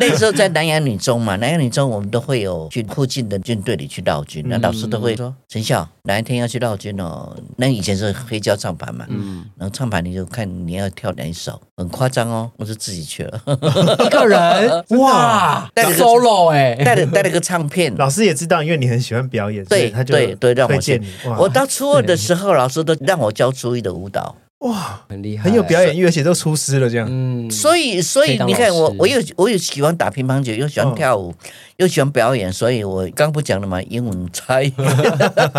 C: 那时候在南洋女中嘛，南洋女中我们都会有去附近的军队里去绕军，那老师
A: 嗯
C: 都会说：“陈校，哪一天要去绕军哦？”那以前是黑胶唱盘嘛，
B: 嗯，
C: 然后唱盘你就看你要跳哪一首，很夸张哦，我就自己去 了，
B: 一个 人哇
C: 带着
B: ，solo 哎，
C: 带了带了个唱片。
A: 老师也知道，因为你很喜欢表演，所以
C: 对
A: 他就
C: 对对，让
A: 推
C: 我去
A: 荐你。哇。
C: 我到初二的 时候，老师都让我教初一的舞蹈，
A: 哇，
B: 很厉害，
A: 很有表，演欲，而且都出师了这样。
B: 嗯，
C: 所以所
B: 可以
C: 以
B: 当
C: 你看
B: 老
C: 我
B: 师
C: 我又我又喜欢打乒乓球，又喜欢跳舞，又喜欢表演，所以我刚不讲了嘛，英文差异。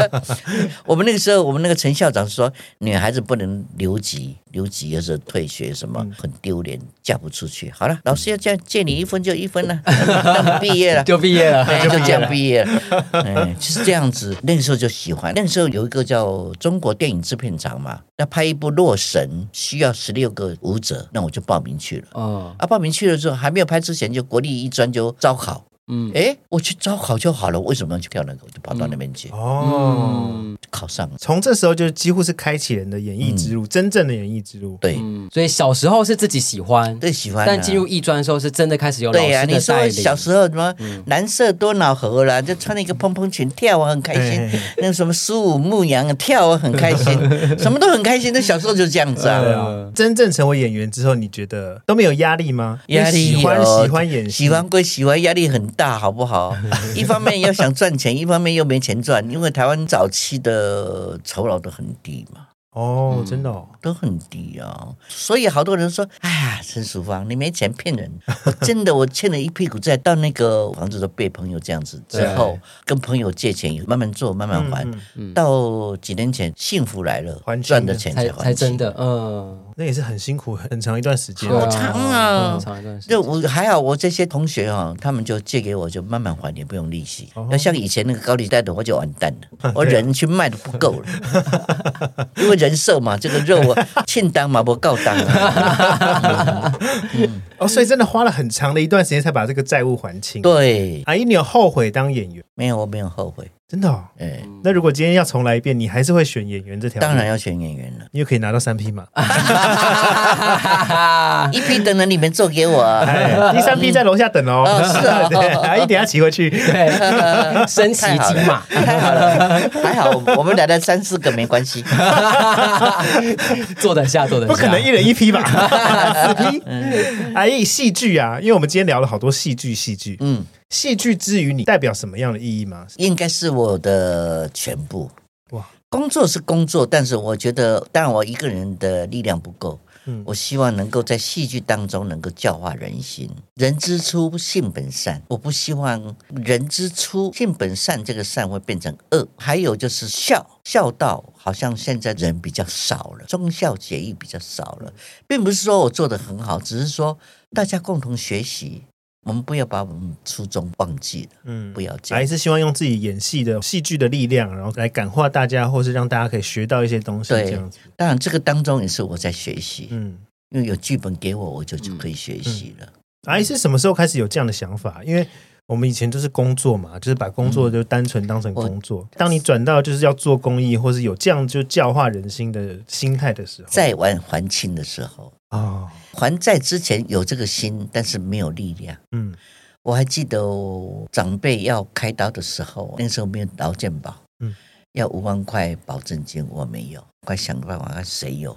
C: 我们那个时候，我们那个陈校长说，女孩子不能留级，留级又是退学什么，很丢脸，嫁不出去。好了，老师要这样借你一分就一分了、让你毕 业了。
B: 就毕业了，
C: 哎就这样毕业了，嗯，就是这样子。那个时候就喜欢，那个时候有一个叫中国电影制片厂嘛，要拍一部《洛神》，需要十六个舞者，那我就报名去了。
B: 哦，
C: 啊，报名去了之后还没有拍之前，就国立艺专就招考。
B: 嗯，
C: 诶，我去招考就好了，为什么要去跳那个？我就跑到那边去、
A: 哦，
B: 嗯
C: 考上了。
A: 从这时候就几乎是开启人的演艺之路，真正的演艺之路。
C: 对，
B: 嗯，所以小时候是自己喜欢，
C: 最喜欢、啊。
B: 但进入艺专的时候是真的开始有老
C: 对呀、
B: 师
C: 你
B: 的嗯带
C: 说
B: 领
C: 小。时候什么蓝色多瑙河啦，就穿了一个蓬蓬裙跳啊，很开
A: 哎
C: 心。那个什么苏武牧羊啊跳啊，很 开心，什么都很开心。那小时候就这样子啊。
A: 呃，真正成为演员之后，你觉得都没有压力吗？
C: 压力
A: 因为
C: 有
A: 喜欢喜欢演戏，
C: 喜欢归喜欢，压力很大，好 不好？一方面要想赚钱，一方面又没钱赚，因为台湾早期的酬劳都很低嘛。嗯
A: 哦，真的哦，
C: 都很低哦，所以好多人说：“哎呀，陈淑芳，你没钱骗人！我真的，我欠了一屁股债，到那个房子都被朋友这样子之后，跟朋友借钱，慢慢做，慢慢还。
A: 嗯嗯
C: 到几年前，幸福来了，
A: 还清
C: 赚的钱
B: 才
C: 还
B: 才真
C: 的。
B: 的，嗯，
A: 那也是很辛苦，很长一段时间。
B: 对
C: 好长啊
B: 很长一段时
C: 就
B: 间。
C: 我还好，我这些同学哈、哦，他们就借给我，就慢慢还，也不用利息。那、像以前那个高利贷的，我就完蛋了，我人去卖的不够了，因为人寿嘛，这个 肉啊，欠当嘛，不够当啊。
A: 哦，所以真的花了很长的一段时间才把这个债务还清。
C: 对，
A: 阿姨，你有后悔当演员？
C: 没有，我没有后悔。
A: 真的、哦。
C: 哎，
A: 那如果今天要重来一遍，你还是会选演员这条？
C: 当然，要选演员了。
A: 你也可以拿到三 匹马。
C: 一批等着你们做给我啊，
A: 哎，第三批在楼下等哦。
C: 哦 是啊
A: 对，然后一点要骑回 去。
B: 对，升旗
C: 太好
B: 金马
C: 了，，太好了，还好我们来了三四个没关系。
B: 坐得下，坐得
A: 不
B: 下，
A: 可能一人一 批吧？
C: 啊
A: 死批。哎，戏剧啊，因为我们今天聊了好多戏剧，戏剧，
C: 嗯，
A: 戏剧之于你代表什么样的意义吗？
C: 应该是我的全部。
A: 哇
C: 哇，工作是工作，但是我觉得，当然我一个人的力量不够。
A: 嗯
C: 我希望能够在戏剧当中能够教化人心。人之初，性本善。我不希望人之初，性本善这个善会变成恶。还有就是孝，孝道好像现在人比较少了，忠孝节义比较少了，并不是说我做的很好，只是说大家共同学习。我们不要把我们初衷忘记了，
A: 嗯
C: 不要这样
A: 还。是希望用自己演戏的戏剧的力量，然后来感化大家，或是让大家可以学到一些东西，
C: 对
A: 这样子。
C: 当然，这个当中也是我在学习，
A: 嗯，
C: 因为有剧本给我，我就就可以学习了。
A: 哎，是什么时候开始有这样的想法？因为我们以前就是工作嘛，就是把工
C: 嗯
A: 作就单纯当成工作。当你转到就是要做公益，或是有这样就教化人心的心态的时候，
C: 在玩还清的时候，
A: 哦，
C: 还债之前有这个心，但是没有力量。
A: 嗯
C: 我还记得我长辈要开刀的时候，那时候没有劳健保，
A: 嗯
C: 嗯，要五万块保证金，我没有，快想办法看谁有。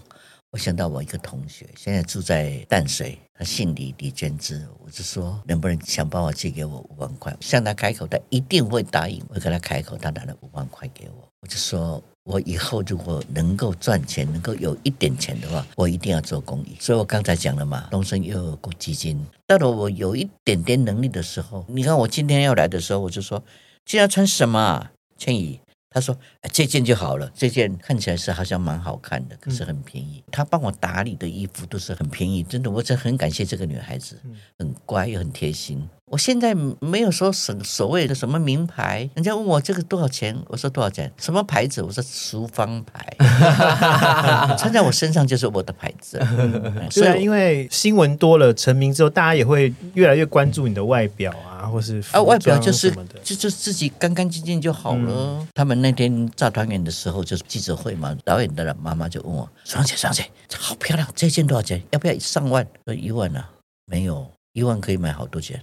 C: 我想到我一个同学，现在住在淡水，他姓李，李娟芝，我就说能不能想办法借给我五万块，向他开口，他一定会答应。我跟他开口，他拿了五万块给我，我就说。我以后如果能够赚钱，能够有一点钱的话，我一定要做公益。所以我刚才讲了嘛，东森幼儿基金。到了我有一点点能力的时候，你看我今天要来的时候，我就说今天要穿什么、啊？倩怡，他说、哎这件就好了，这件看起来是好像蛮好看的，可
A: 嗯
C: 是很便宜。他帮我打理的衣服都是很便宜，真的，我真的很感谢这个女孩子，
A: 嗯
C: 很乖又很贴心。我现在没有说什所谓的什么名牌，人家问我这个多少钱，我说多少钱，什么牌子，我说淑芳牌， 穿在我身上就是我的牌 子。嗯
A: 对啊，因
C: 为
A: 为新闻多了，成名之后，大家也会越来越关注你的外表啊，或是服
C: 啊，外表
A: 装
C: 就是
A: 什么的嗯
C: 就就自己干干净净就好了。他们那天炸团圆的时候就是记者会嘛，导演的妈妈就问我：“爽姐，爽姐，这好漂亮，这件多少钱？要不要上万？”说一万啊，没有一万可以买好 多件。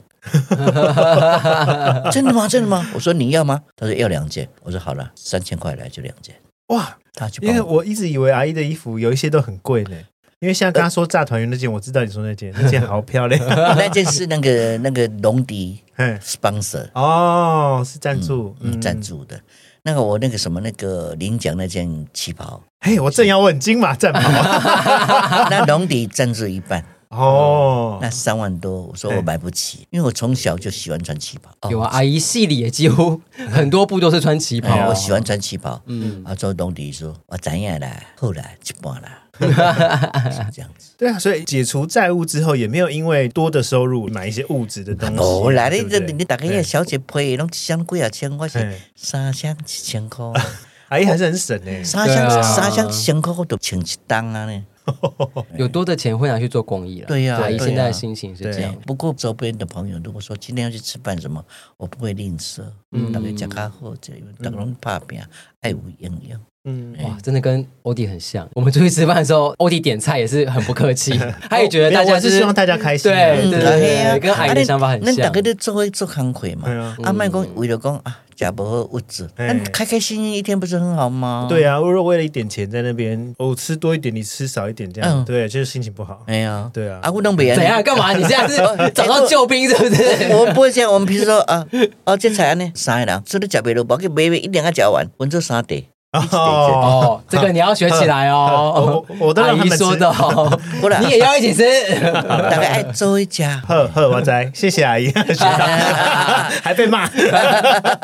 C: 真的吗？真的吗？我说你要吗？他说要两件。我说好了，三千块来就两件。
A: 哇，
C: 他去
A: 因
C: 帮
A: 为
C: 我。
A: 我一直以为阿姨的衣服有一些都很贵呢。因为像刚
C: 呃
A: 刚说炸团圆那件，我知道你说那件，那件好漂 亮。
C: 啊那件是那个那个龙迪哎
A: 嘿
C: sponsor，
A: 哦，是赞助，
C: 嗯，赞。助的。那个我那个什么那个领奖那件旗袍，
A: 嘿，我正要问金马战 袍
C: 那龙迪赞助一半，
A: 哦
C: 那，三万多，我说我买不起，因为我从小就喜欢穿旗袍。哦
B: 有啊，阿姨戏里也几乎很多部都是穿旗袍
C: 哎
B: 啊，
C: 我喜欢穿旗袍。
B: 嗯
C: 嗯，啊，周东迪说，我怎样啦，后来一半啦，是这样子。
A: 对啊，所以解除债务之后，也没有因为多的收入买一些物质的东西。啊
C: 哦啦，你
A: 对不对
C: 这你大概个小姐配的，拢一箱几啊千，我是
A: 嘿
C: 三箱一千块，
A: 阿姨还是很省欸呢。
C: 三
B: 对啊
C: 箱三箱一千块，我都穿一单啊呢。
B: 有多的钱会拿去做公益了。
C: 对呀
B: 阿姨
C: 对呀
B: 现在的心情是这样
C: 对。，不过周边的朋友如果说今天要去吃饭什么，我不会吝啬，嗯，大概吃较好，这因为大家拢怕病，爱有营养。
A: 嗯，
B: 哇，真的跟欧弟很像。我们出去吃饭的时候，欧弟点菜也是很不客气， 他也觉得大
A: 哦没有
B: 家
A: 我是希望大家开心啊。
B: 对
C: 嗯啊嘿啊
B: 跟阿姨的想法很像
C: 恁大家都做会做工课嘛
A: 对啊，
C: 啊，莫讲为了讲啊，食不好物质，
A: 嘿
C: 但开开心心一天不是很好吗？
A: 对
C: 啊，
A: 啊，如果为了一点钱在那边，我、吃多一点，你吃少一点，这样、
C: 嗯
A: 对，就是心情不好。
C: 哎呀，
A: 对啊
C: 啊，我弄不
B: 怎样？干嘛？你现 在是找到救兵是不是？
C: 我们不会这样，我们平时说啊，哦，这菜安尼三个人，做你食袂落，无去买买一定要食完，分做三地。哦，
B: 哦，这个你要学起来 哦。
A: 我我我都
B: 阿
A: 让他
B: 姨
A: 们吃
B: 说的哦
C: 不，然
B: 你也要一起吃。
C: 大概爱做一 家。
A: 呵呵，我仔，谢谢阿 姨，学到还被骂。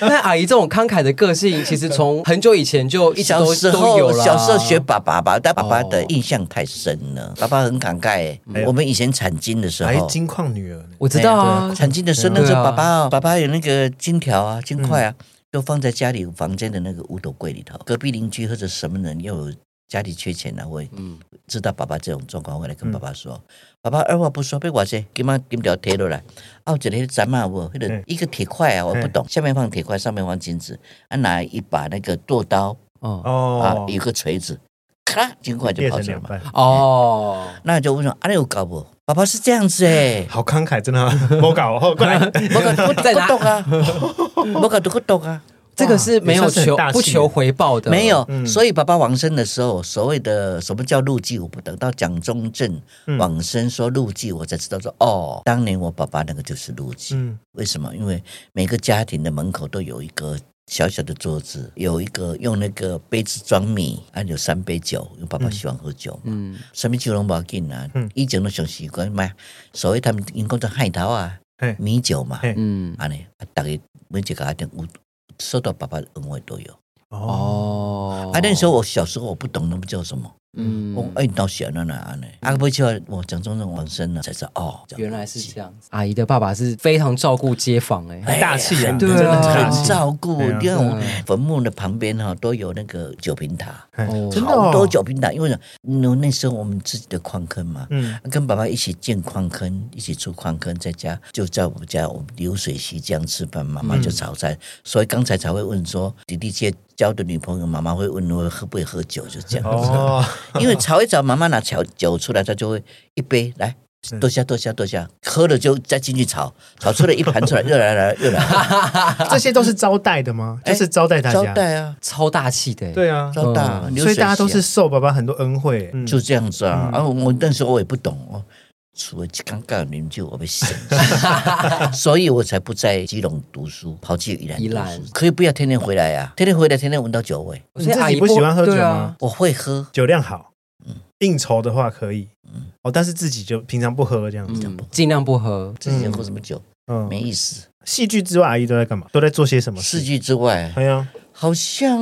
B: 那阿姨这种慷慨的个性，其实从很久以前就一直
C: 小
B: 都
C: 时
B: 都有
C: 候，
B: 了。
C: 小时候学爸爸吧，但爸爸的
B: 哦
C: 印象太深了。爸爸很感慨欸、
A: 哎呦
C: 我们以前产金的时
A: 还
C: 候，
A: 金矿女儿呢，
C: 哎
B: 我知道啊，
C: 产金的时候，
B: 对啊嗯
C: 那时候爸爸、哦、爸爸有那个金条啊、金块啊，都放在家里房间的那个五斗柜里头。隔壁邻居或者什么人又有家里缺钱了，会
B: 嗯，
C: 知道爸爸这种状况，会来跟爸爸说。爸爸二话不说，被我这给妈给条铁落来，啊，这里咱嘛我，或者
A: 嗯
C: 一个铁块啊，我不
A: 嗯
C: 懂，下面放铁块，上面放金子，啊，拿一把那个剁刀
B: 哦
A: 哦
C: 啊，，有个锤子，咔，金块就
A: 裂
C: 跑
A: 成
C: 出来
A: 两
C: 嘛。
A: 半，
B: 哦，
C: 那我就问说，啊，你有搞不？爸爸是这样子哎、
A: 好慷慨，真的啊， 莫搞哦，过来，
C: 我搞不
B: 在哪
C: 懂 啊，我搞不懂啊，
B: 这个是没有
A: 也算是很
B: 求
A: 大气
B: 不求回报的，
C: 没有。
A: 嗯
C: 所以爸爸往生的时候，所谓的什么叫路祭，我不懂。到蒋中正
A: 嗯
C: 往生说路祭，我才知道说哦，当年我爸爸那个就是路祭。
A: 嗯
C: 为什么？因为每个家庭的门口都有一个小小的桌子，有一个用那个杯子装米，还有三杯酒，因为爸爸喜欢喝酒嘛。
B: 嗯，
C: 什么酒拢无要紧啊
A: 嗯，
C: 以前拢上习惯嘛，所以他们因讲做海头啊
A: 嘿，
C: 米酒嘛，
A: 嘿
B: 嗯，
C: 安尼，啊，大家每一个阿定有收到爸爸的恩惠都有。
A: 哦，
B: 哦，
C: 啊，那时候我小时候我不懂那么叫什么，
B: 嗯
C: 我哎到小了呢安尼，啊，不就我蒋中正往生了才知道哦，
B: 原来是这样子。阿姨的爸爸是非常照顾街坊、哎，
A: 很大气啊，
C: 很
A: 真
B: 对
A: 的很
B: 啊
A: 大
C: 很
A: 气，
C: 照顾
A: 对啊。
C: 你看我
B: 嗯
C: 坟墓的旁边哈都有那个酒瓶塔，
A: 哎
B: 哦
A: 真的
C: 好
A: 哦
C: 多，酒瓶塔，因为那那时候我们自己的矿坑嘛，
A: 嗯，
C: 跟爸爸一起建矿坑，一起住矿坑，在家就在我们家，我们流水席这样吃饭，妈妈就炒菜，所以刚才才会问说弟弟姐交的女朋友，妈妈会问我喝不会喝酒，就这样 子，
A: 哦，
C: 因为炒一炒，妈妈拿炒酒出来，她就会一杯来。
A: 嗯
C: 剁下剁下剁下，喝了就再进去炒，炒出了一盘出来，又来来又来，
D: 这些都是招待的吗？
C: 哎
D: 就是招待 大
C: 招
D: 家，
C: 待啊，
B: 超大气的、哎
A: 对啊，
C: 招待啊，
B: 嗯
C: 流
D: 所
C: 水
D: 以
C: 席啊
D: 大家都是受爸爸很多恩惠。嗯
C: 就这样子啊。
A: 嗯
C: 然后我那时候我也不懂哦，除了刚刚你们就我被省， 所以我才不在基隆读书，跑去宜兰
B: 宜
C: 读
B: 兰
C: 书。可以不要天天回来呀、啊，天天回来天天闻到酒味，
B: 所以
A: 你自己
B: 阿姨
A: 不喜欢喝酒吗
B: 对啊
C: 我会喝。
A: 酒量好，
C: 嗯
A: 应酬的话可以，哦，但是自己就平常不喝这样子，
B: 嗯，尽量不喝。
C: 之前喝什么
D: 哦
C: 酒、
A: 嗯
C: 没，意思。
A: 戏剧之外，阿姨都在干嘛？都在做些什么
C: 戏
A: 事？
C: 剧之外，
A: 哎呀，
C: 好像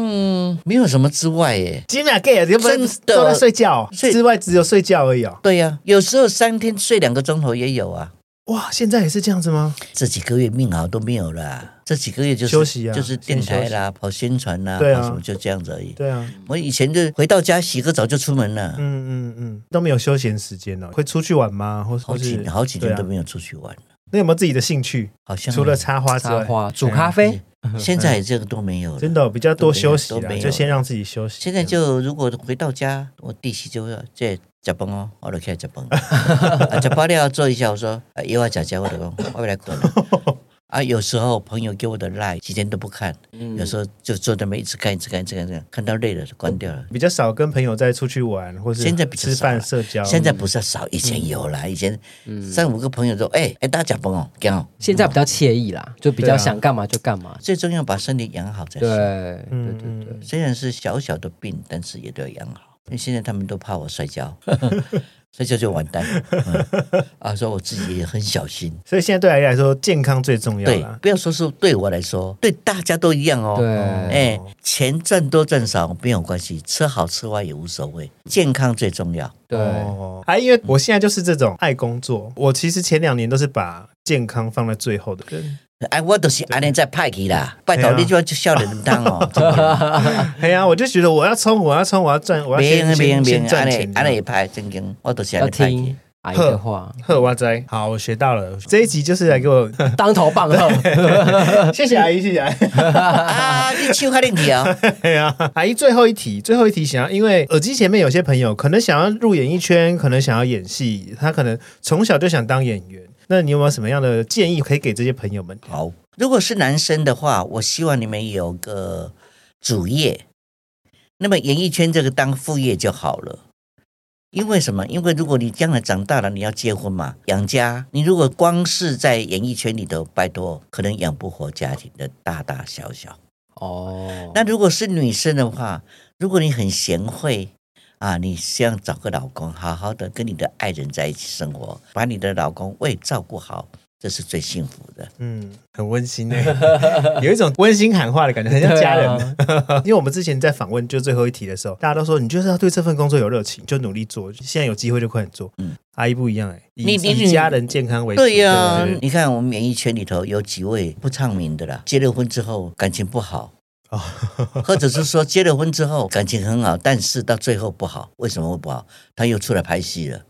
C: 没有什么之外耶。
A: 吉米 gay 原本
C: 真的
A: 都在睡觉，
C: 睡
A: 之外只有睡觉而已哦。
C: 对呀、有时候三天睡两个钟头也有啊。
A: 哇，现在也是这样子吗？
C: 这几个月命好都没有啦，这几个月就是
A: 休息啊
C: 就是电台啦，跑宣传啦，
A: 对啊
C: 跑什么就这样子而已。
A: 对啊，
C: 我以前就回到家洗个澡就出门了。
A: 嗯嗯嗯，都没有休闲时间哦了，会出去玩吗？或
C: 好
A: 或
C: 几
A: 是
C: 好几
A: 对
C: 年
A: 啊
C: 都没有出去玩了，
A: 那有没有自己的兴趣？
C: 好像
A: 除了插花之
B: 插
A: 外，哎
B: 花、煮咖啡，
C: 现在这个都没有 了。
A: 真的哦比较多休息
C: 都
A: 啦
C: 没，有
A: 就先让自己休息。
C: 现在就如果回到家，我弟媳就会说：“这加班哦，我就开始加 班。啊，加班了做一下，我说啊，又要加加，我就讲我要来困 了。啊，有时候朋友给我的赖几天都不看，
B: 嗯
C: 有时候就坐在那边一直看，一直看，一直看，一直看，看到累了就关掉了。
A: 比较少跟朋友再出去玩，或是
C: 现在比较
A: 吃
C: 少
A: 饭
C: 了
A: 社
B: 哦
A: 交。
C: 现在不是少，以前有啦，以前
B: 嗯
C: 三五个朋友说：“哎、哎，大家加班哦，干哦。
B: 现在比较惬意啦，就比
A: 对
B: 较
A: 啊
B: 想干嘛就干嘛”。
C: 最重要把身体养好再
B: 对
C: 说。
B: 对
A: 嗯
B: 对对，
C: 虽然是小小的病，但是也都要养好。因为现在他们都怕我摔 跤，摔跤就完蛋了。嗯啊，所以我自己也很小心。
A: 所以现在对阿姨来说，健康最重要
C: 对
A: 啦，。
C: 不要说是对我来说，对大家都一样哦。
B: 对
C: 哎，钱赚多赚少没有关系，吃好吃坏也无所谓，健康最重要。
B: 对，
A: 哦，还因为我现在就是这种爱工作，我其实前两年都是把健康放在最后的人。
C: 哎，我都是安尼在派去啦，拜
A: 对
C: 托
A: 啊
C: 你就要去笑脸当哦。真的
A: 哎呀，我就觉得我要冲，我要冲，我要赚， 我要
C: 别
A: 先
C: 别别
A: 先
C: 别，
A: 先赚
C: 安尼
A: 钱。啊
C: 安尼派正经，我都是安
B: 要
C: 尼派去
B: 听。阿姨的话，
A: 呵，哇塞，好，我学到了。这一集就是来给我，
B: 当头棒喝。
A: 谢谢阿姨，谢谢阿姨。
C: 啊，你手较灵去哦。
A: 哎呀，阿姨，最后一题，最后一题，想要，因为耳机前面有些朋友可能想要入演艺圈，可能想要演戏，他可能从小就想当演员。那你有没有什么样的建议可以给这些朋友们？
C: 好，如果是男生的话，我希望你们有个主业，那么演艺圈这个当副业就好了。因为什么？因为如果你将来长大了，你要结婚嘛，养家。你如果光是在演艺圈里头，拜托，可能养不活家庭的大大小小。
B: 哦，
C: 那如果是女生的话，如果你很贤惠啊，你希望找个老公，好好的跟你的爱人在一起生活，把你的老公为照顾好，这是最幸福的。
A: 嗯，很温 馨呢、有一种温馨喊话的感觉，很像家人。
B: 啊
A: 因为我们之前在访问就最后一题的时候，大家都说你就是要对这份工作有热情，就努力做，现在有机会就快点做。嗯
C: 嗯，
A: 阿姨不一样哎、以
C: 你你
A: 以家人健康为主。
C: 对呀、
A: 对对对
C: 你看我们演艺圈里头有几位不唱名的啦，结了婚之后感情不好，或者是说结了婚之后感情很好，但是到最后不好，为什么会不好？他又出来拍戏了，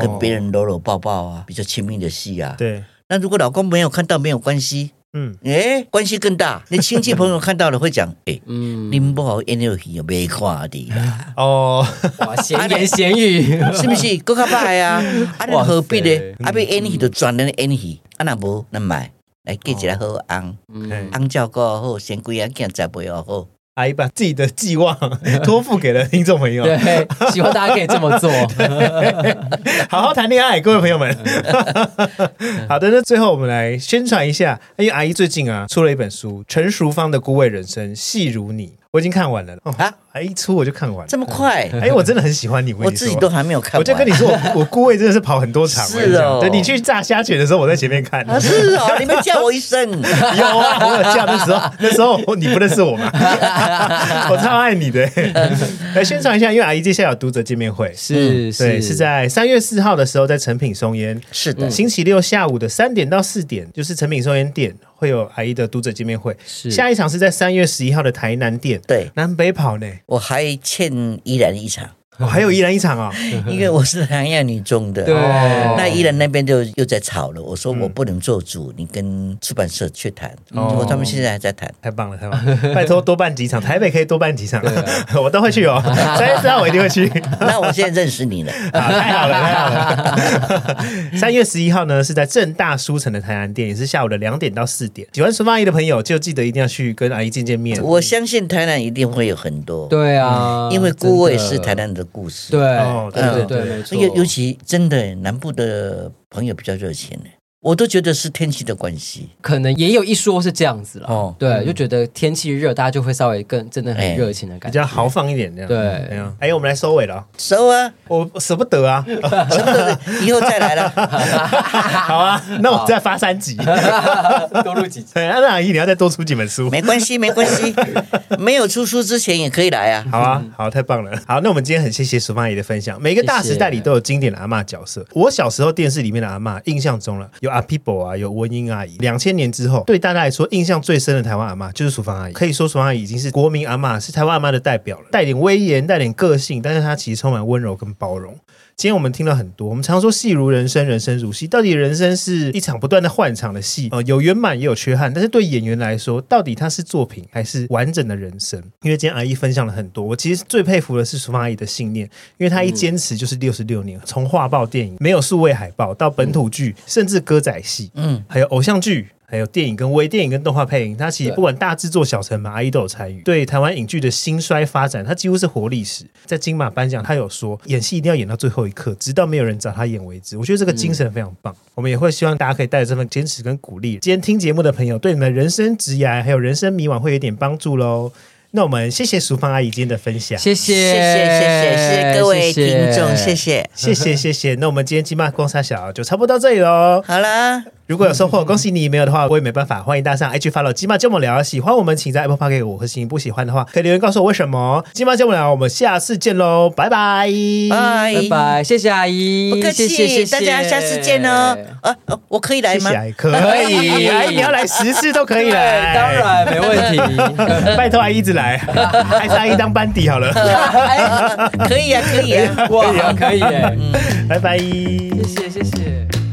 C: 跟别人搂搂抱抱啊，比较亲密的戏啊。
A: 哦对，
C: 那如果老公没有看到，没有关系，
A: 嗯，
C: 哎，关系更大。你亲戚朋友看到了 会讲，哎，
B: 嗯，
C: 你们不好演那戏没看的 啦，
A: 哦，
B: 哇，闲言闲 语，
C: 是不是？够卡拜 啊，啊，那
B: 哇塞
C: 何必呢？啊，要演戏就转人演戏，啊，那无那买来嫁一个好翁，
B: 嗯
C: 翁照顾好，先贵啊，囝仔陪好。
A: 阿姨把自己的寄望托付给了听众朋友，
B: 对，喜欢大家可以这 么做。
A: 好好谈恋爱，各位朋友们。
C: 嗯
A: 好的，那最后我们来宣传一下，因为阿姨最近啊出了一本书《陈淑芳的孤味人生》，细如你，我已经看完了哦
C: 啊
A: 阿姨出我就看完了
C: 这，么 快，
A: 哎，我真的很喜欢你，我
C: 我
A: 跟你
C: 自己
A: 说
C: 都。还没有看完。
A: 我就跟你说，我我孤味真的是跑很多场。
C: 是
A: 我跟你讲
C: 哦
A: 对你去炸虾卷的时候，我在前面看。
C: 啊，是哦，你们叫我一声。
A: 有啊，我有叫那时候，那时候我你不认识我吗？ 我超爱 你的。来宣传一下，因为阿姨接下来有读者见面会，
B: 是
A: 对，
B: 是
A: 是在三月四号的时候，在成品松烟，嗯
C: 是的，
A: 星期六下午的三点到四点，就是成品松烟店会有阿姨的读者见面会。
B: 是
A: 下一场是在三月十一号的台南店，
C: 对
A: 南北跑呢，
C: 我还欠依然一场，
A: 哦、还有依然一场啊、哦，
C: 因为我是南亚女中的。
B: 对，嗯
C: 那依然那边就又在吵了，我说我不能做主，你跟出版社去谈。
A: 哦
C: 结果他们现在还在谈。
A: 太棒了，太棒了！拜托多办几场，台北可以多办几场，
B: 对啊
A: 我都会去哦。三月四号我一定会去。
C: 那我现在认识 你了，
A: 啊，太好了，太好了！三月十一号呢是在正大书城的台南店，也是下午的两点到四点。喜欢孙芳阿姨的朋友，就记得一定要去跟阿姨见见面。
C: 我相信台南一定会有很多，
B: 对啊，
C: 因为孤味是
B: 真的
C: 台，南的故事。
B: 对
A: 哦
B: 对对对，没错，
C: 尤尤其真的南部的朋友比较热情呢，我都觉得是天气的关系。
B: 可能也有一说是这样子了。
C: 哦
B: 对，就觉得天气热，大家就会稍微更真的很热情的
A: 比
B: 感觉。
A: 较豪放一点这样。
B: 对
A: 哎呀，哎，我们来收尾了，
C: 熟啊，
A: 我我舍不得啊。
C: 什么都是以后再来了。
A: 好啊，那我再发三 集。
B: 多录几集。
A: 对，那阿姨你要再多出几本书。
C: 没关系，没关系，没有出书之前也可以来啊。
A: 好啊，好，太棒了！好，那我们今天很谢谢淑芳阿姨的分享。每个大时代里都有经典的阿嬷角色。我小时候电视里面的阿嬷，印象中了有阿 People 啊，有文英阿姨。两千年之后，对大家来说印象最深的台湾阿嬷就是淑芳阿姨。可以说淑芳阿姨已经是国民阿嬷，是台湾阿嬷的代表了，带点威严，带点个性，但是她其实充满温柔跟包容。今天我们听了很多，我们常说戏如人生，人生如戏。到底人生是一场不断的换场的戏，呃，有圆满也有缺憾。但是对演员来说，到底它是作品还是完整的人生？因为今天阿姨分享了很多，我其实最佩服的是淑芳阿姨的信念，因为她一坚持就是六十六年，从画报电影没有数位海报到本土剧，甚至歌仔戏，
C: 嗯，
A: 还有偶像剧。还有电影跟微电影跟动画配音，它其实
B: 对
A: 不管大制作小成本，阿姨都有参与。对台湾影剧的兴衰发展，它几乎是活历史。在金马颁奖，他有说演戏一定要演到最后一刻，直到没有人找他演为止。我觉得这个精神非常
B: 嗯
A: 棒。我们也会希望大家可以带着这份坚持跟鼓励。今天听节目的朋友，对你们人生职涯还有人生迷惘会有点帮助喽。那我们谢谢淑芳阿姨今天的分享，
B: 嗯谢谢
C: 谢谢谢谢谢谢各位听众，谢。谢。
A: 谢谢谢谢。那我们今天金马光沙小就差不多到这里喽。
C: 好啦，
A: 如果有收获，恭喜你；没有的话，我也没办法。欢迎大家上 IG follow 鸡妈就我聊。喜欢我们，请在 Apple Park 给我和星。不喜欢的话，可以留言告诉我为什么。鸡妈就我聊，我们下次见喽，拜拜，
C: 拜
B: 拜拜，谢谢阿姨，
C: 哎不客气，
B: 谢谢谢谢
C: 大家下次见哦。啊，哦我可以来
A: 谢
C: 吗
A: 谢？阿姨，可
B: 以
A: 以，阿姨哎你要来十次都可以
B: 对，
A: 哎来，
B: 当，然没 问题。
A: 拜托阿姨一直来，还是阿姨当班底 好了，
C: 哎，可以啊，可以啊。
B: 哇，可以耶，嗯
A: 拜拜。
B: 谢谢谢谢。